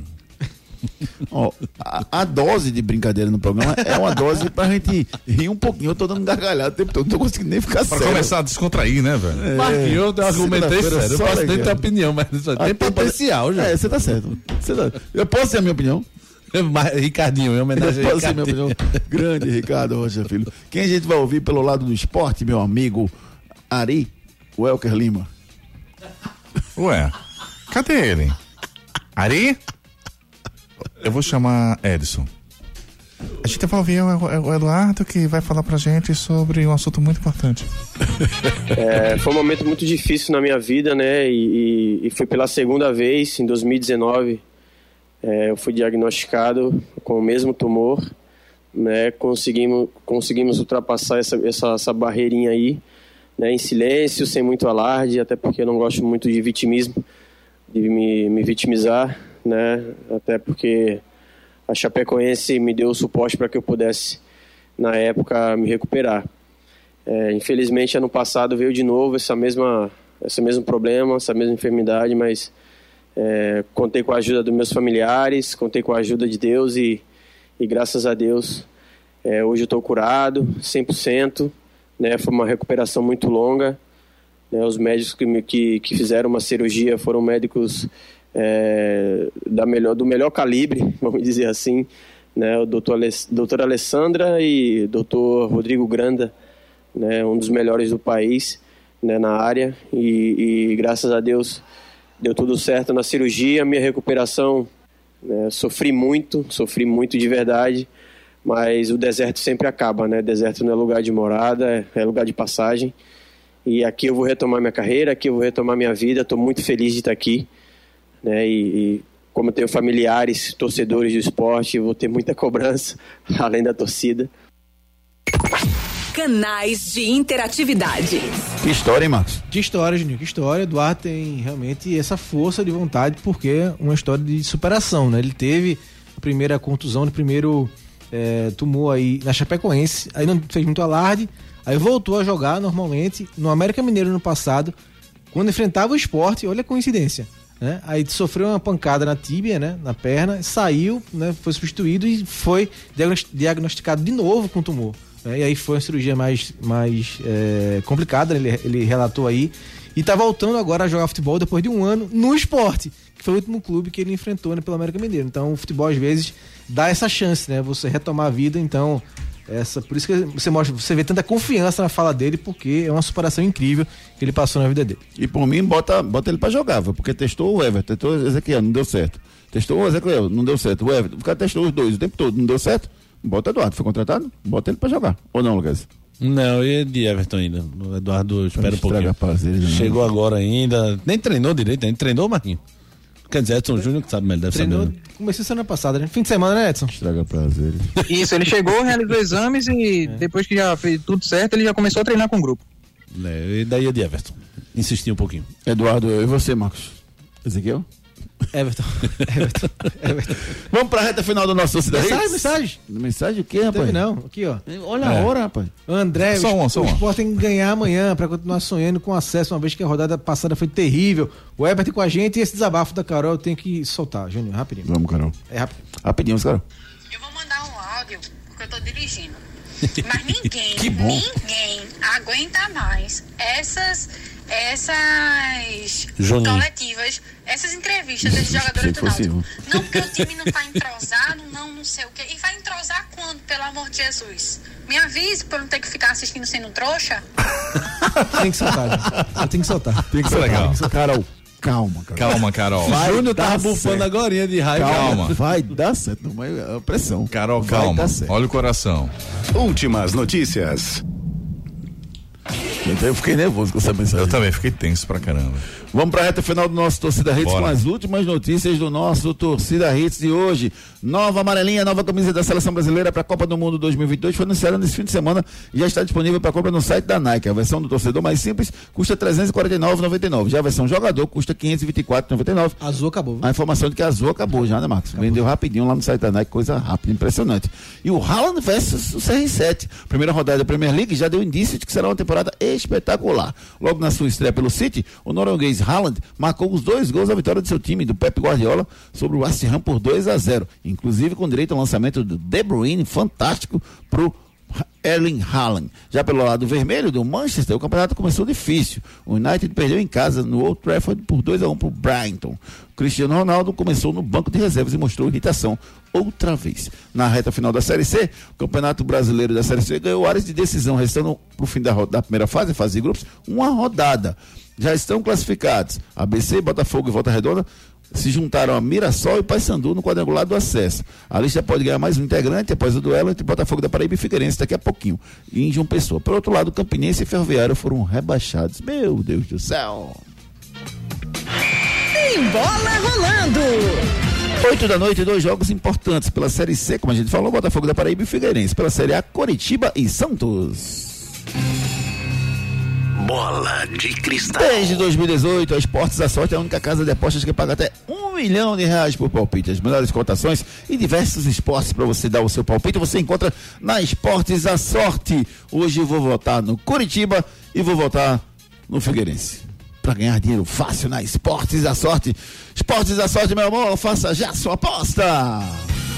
[SPEAKER 3] Ó, a, a dose de brincadeira no programa é uma dose pra gente rir um pouquinho. Eu tô dando gargalhada o tempo todo, não tô conseguindo nem ficar
[SPEAKER 1] Pra
[SPEAKER 3] sério.
[SPEAKER 1] começar a descontrair, né, velho?
[SPEAKER 5] Marquinhos, eu argumentei
[SPEAKER 3] segunda-feira
[SPEAKER 5] sério. Eu
[SPEAKER 3] só
[SPEAKER 5] posso nem
[SPEAKER 3] alegria.
[SPEAKER 5] ter opinião, mas só tem
[SPEAKER 3] Até
[SPEAKER 5] potencial,
[SPEAKER 3] Ah, pode-
[SPEAKER 5] Juninho.
[SPEAKER 3] É, você tá certo. Você tá- Eu posso ter a minha opinião?
[SPEAKER 5] Mas, Ricardinho, em
[SPEAKER 3] Eu
[SPEAKER 5] homenagem a
[SPEAKER 3] posso ter a minha
[SPEAKER 5] Ricardinho.
[SPEAKER 3] opinião? Grande Ricardo Rocha Filho. Quem a gente vai ouvir pelo lado do esporte, meu amigo Ari Welker Lima.
[SPEAKER 1] Ué, cadê ele? Ari? Eu vou chamar Edson. A gente vai ouvir o, o Eduardo que vai falar pra gente sobre um assunto muito importante.
[SPEAKER 12] É, foi um momento muito difícil na minha vida, né? E, e- e foi pela segunda vez em 2019 é, eu fui diagnosticado com o mesmo tumor, né? Conseguimos conseguimos ultrapassar essa essa, essa barreirinha aí, né? Em silêncio, sem muito alarde, até porque eu não gosto muito de vitimismo, de me, me vitimizar, né? Até porque a Chapecoense me deu o suporte para que eu pudesse na época me recuperar. É, infelizmente, ano passado veio de novo essa mesma, esse mesmo problema, essa mesma enfermidade, mas é, contei com a ajuda dos meus familiares, contei com a ajuda de Deus e, e graças a Deus é, hoje eu estou curado, 100%. Né, foi uma recuperação muito longa. né, os médicos que, me- que, que fizeram uma cirurgia foram médicos é, da melhor, do melhor calibre, vamos dizer assim. Né, o doutor, Aless- doutor Alessandra e doutor Rodrigo Granda, né, um dos melhores do país né, na área e, e graças a Deus deu tudo certo na cirurgia, minha recuperação né, sofri muito, sofri muito de verdade, mas o deserto sempre acaba, né? Deserto não é lugar de morada, é lugar de passagem. E aqui eu vou retomar minha carreira, aqui eu vou retomar minha vida. Estou muito feliz de estar aqui, né? E, e como eu tenho familiares, torcedores do esporte, eu vou ter muita cobrança além da torcida.
[SPEAKER 9] Canais de interatividade.
[SPEAKER 3] Que história, hein, Marcos?
[SPEAKER 4] Que história, Juninho, que história. Eduardo tem realmente essa força de vontade, porque é uma história de superação, né? Ele teve a primeira contusão, o primeiro eh, tumor aí na Chapecoense, aí não fez muito alarde, aí voltou a jogar normalmente no América Mineiro no passado, quando enfrentava o esporte, olha a coincidência, né? Aí sofreu uma pancada na tíbia, né? Na perna, saiu, né? Foi substituído e foi diagnos- diagnosticado de novo com tumor. né? E aí foi uma cirurgia mais, mais eh, complicada, né? ele, ele relatou aí. E tá voltando agora a jogar futebol depois de um ano no esporte, que foi o último clube que ele enfrentou né, pelo América Mineiro. Então o futebol às vezes dá essa chance, né? Você retomar a vida, então essa, por isso que você mostra, você vê tanta confiança na fala dele, porque é uma superação incrível que ele passou na vida dele.
[SPEAKER 3] E por mim, bota, bota ele pra jogar, viu? porque testou o Everton, testou o Ezequiel, não deu certo. Testou o Ezequiel, não deu certo. O Everton, o cara testou os dois o tempo todo, não deu certo. Bota o Eduardo, foi contratado, bota ele pra jogar. Ou não, Lucas?
[SPEAKER 5] Não, e de Everton ainda. O Eduardo, espera um pouquinho.
[SPEAKER 3] Estraga prazeres, né?
[SPEAKER 5] Chegou agora ainda. Nem treinou direito, nem treinou, Marquinhos. Quer dizer, Edson Júnior que sabe, mas ele deve
[SPEAKER 4] Treinou,
[SPEAKER 5] saber. né?
[SPEAKER 4] começou semana passada, né? Fim de semana, né, Edson?
[SPEAKER 3] Estraga prazeres.
[SPEAKER 7] Isso, ele chegou, realizou exames e depois que já fez tudo certo, ele já começou a treinar com o grupo.
[SPEAKER 5] É, e daí é de Everton. Insistiu um pouquinho.
[SPEAKER 3] Eduardo, eu e você, Marcos? Ezequiel?
[SPEAKER 4] Everton. Everton. Everton.
[SPEAKER 3] Vamos pra reta final do nosso Cidade.
[SPEAKER 4] Mensagem, mensagem.
[SPEAKER 3] Mensagem o quê,
[SPEAKER 4] Não teve
[SPEAKER 3] rapaz?
[SPEAKER 4] não. Aqui, ó.
[SPEAKER 3] Olha a hora, rapaz.
[SPEAKER 4] André,
[SPEAKER 1] É. Só
[SPEAKER 4] o-
[SPEAKER 1] uma, só
[SPEAKER 4] o
[SPEAKER 1] uma.
[SPEAKER 4] Sport tem que ganhar amanhã pra continuar sonhando com acesso, uma vez que a rodada passada foi terrível. O Everton com a gente e esse desabafo da Carol eu tenho que soltar, Júnior, rapidinho.
[SPEAKER 3] Vamos, Carol.
[SPEAKER 4] É rápido.
[SPEAKER 3] Rapidinho, os caras.
[SPEAKER 13] Eu vou mandar um áudio, porque eu tô dirigindo. Mas ninguém,
[SPEAKER 3] Que bom.
[SPEAKER 13] ninguém aguenta mais essas essas
[SPEAKER 5] Juninho.
[SPEAKER 13] coletivas, essas entrevistas desses
[SPEAKER 3] Achei
[SPEAKER 13] jogadores
[SPEAKER 3] que
[SPEAKER 13] do
[SPEAKER 3] fosse um.
[SPEAKER 13] Náutico. Não porque o time não tá entrosado, não, não sei o quê. E vai entrosar quando, pelo amor de Jesus? Me avise pra eu não ter que ficar assistindo sendo trouxa.
[SPEAKER 4] Tem que soltar, Júnior. Eu tenho que soltar.
[SPEAKER 1] Tem que ser legal.
[SPEAKER 3] Carol, calma, cara.
[SPEAKER 1] Calma, Carol.
[SPEAKER 3] Vai
[SPEAKER 5] Júnior tava
[SPEAKER 3] dar
[SPEAKER 5] bufando
[SPEAKER 3] certo.
[SPEAKER 5] agora de raiva.
[SPEAKER 1] Calma.
[SPEAKER 3] Vai dar certo, não, mas é a pressão.
[SPEAKER 1] Carol,
[SPEAKER 3] Vai
[SPEAKER 1] calma.
[SPEAKER 3] dar certo.
[SPEAKER 1] Olha o coração.
[SPEAKER 2] Últimas notícias.
[SPEAKER 3] Então eu fiquei nervoso com essa mensagem.
[SPEAKER 1] Eu também fiquei tenso pra caramba.
[SPEAKER 3] Vamos para a reta final do nosso Torcida Hits
[SPEAKER 1] Bora.
[SPEAKER 3] com as últimas notícias do nosso Torcida Hits de hoje. Nova amarelinha, nova camisa da Seleção Brasileira para a Copa do Mundo 2022 foi anunciada nesse fim de semana e já está disponível para compra no site da Nike. A versão do torcedor mais simples custa R$ 349,99. Já a versão jogador custa R$ 524,99.
[SPEAKER 4] Azul acabou.
[SPEAKER 3] A informação de que a Azul acabou já, né, Marcos? Vendeu rapidinho lá no site da Nike, coisa rápida, impressionante. E o Haaland versus o CR7. Primeira rodada da Premier League já deu indício de que será uma temporada espetacular. Logo na sua estreia pelo City, o norueguês Haaland marcou os dois gols da vitória de seu time, do Pep Guardiola, sobre o West Ham por 2 a 0 inclusive com direito ao lançamento do De Bruyne, fantástico, pro Erling Haaland. Já pelo lado vermelho do Manchester, o campeonato começou difícil. O United perdeu em casa no Old Trafford por 2 a 1 para o Brighton. Cristiano Ronaldo começou no banco de reservas e mostrou irritação outra vez. Na reta final da Série C, o Campeonato Brasileiro da Série C ganhou áreas de decisão, restando para o fim da, ro- da primeira fase, fase de grupos, uma rodada. Já estão classificados ABC, Botafogo e Volta Redonda se juntaram a Mirassol e Paysandu no quadrangular do acesso. A lista pode ganhar mais um integrante após o duelo entre Botafogo da Paraíba e Figueirense daqui a pouquinho. E em João Pessoa. Por outro lado, Campinense e Ferroviário foram rebaixados. Meu Deus do céu!
[SPEAKER 9] Tem bola rolando.
[SPEAKER 3] 8 da noite, dois jogos importantes pela Série C, como a gente falou, Botafogo da Paraíba e Figueirense. Pela Série A, Coritiba e Santos.
[SPEAKER 10] Bola de cristal.
[SPEAKER 3] Desde 2018, a Esportes da Sorte é a única casa de apostas que paga até um milhão de reais por palpite. As melhores cotações e diversos esportes para você dar o seu palpite você encontra na Esportes da Sorte. Hoje eu vou votar no Curitiba e vou votar no Figueirense. Para ganhar dinheiro fácil na Esportes da Sorte. Esportes da Sorte, meu amor, faça já sua aposta.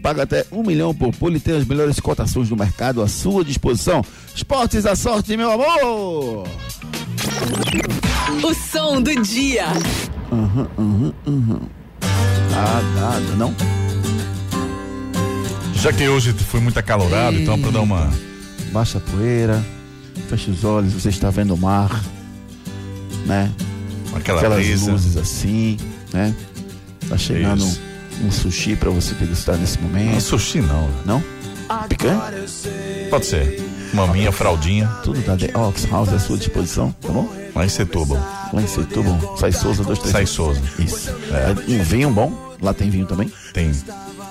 [SPEAKER 3] paga até um milhão por pulo e tem as melhores cotações do mercado à sua disposição. Esportes da sorte, meu amor!
[SPEAKER 9] O som do dia.
[SPEAKER 3] Aham, aham, aham. Ah, nada, não?
[SPEAKER 1] Já que hoje foi muito acalorado, então pra dar uma.
[SPEAKER 3] Baixa a poeira, fecha os olhos, você está vendo o mar, né?
[SPEAKER 1] Aquela
[SPEAKER 3] Aquelas
[SPEAKER 1] brisa.
[SPEAKER 3] luzes assim, né? Tá chegando
[SPEAKER 1] Isso.
[SPEAKER 3] um, um sushi pra você degustar nesse momento. Não,
[SPEAKER 1] sushi não.
[SPEAKER 3] Não? Picante?
[SPEAKER 1] Pode ser. Maminha, fraldinha.
[SPEAKER 3] Tudo da The Ox House é à sua disposição, tá bom?
[SPEAKER 1] Lá em Setúbal.
[SPEAKER 3] Lá em Setúbal. Sai Souza, dois, três.
[SPEAKER 1] Sai Souza.
[SPEAKER 3] Isso. É, um vinho bom. Lá tem vinho também?
[SPEAKER 1] Tem.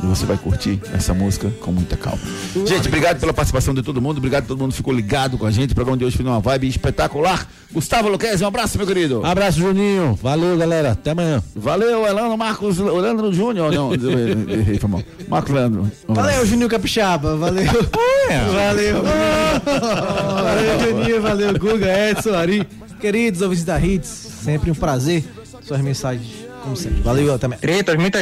[SPEAKER 3] E você vai curtir essa música com muita calma. Gente, obrigado pela participação de todo mundo. Obrigado a todo mundo que ficou ligado com a gente. O programa de hoje foi uma vibe espetacular. Gustavo Luquez, um abraço, meu querido.
[SPEAKER 5] Abraço, Juninho. Valeu, galera. Até amanhã.
[SPEAKER 3] Valeu, Elano Marcos, o Leandro Júnior. Não, errei, foi mal. Marcos Leandro. Um abraço.
[SPEAKER 4] Valeu, Juninho Capixaba. Valeu.
[SPEAKER 1] É.
[SPEAKER 4] Valeu. valeu, Juninho. Valeu, Guga, Edson, Ari. Queridos ouvintes da Hits, sempre um prazer. Suas mensagens, como sempre. Valeu, até mais.
[SPEAKER 7] Tretas, muitas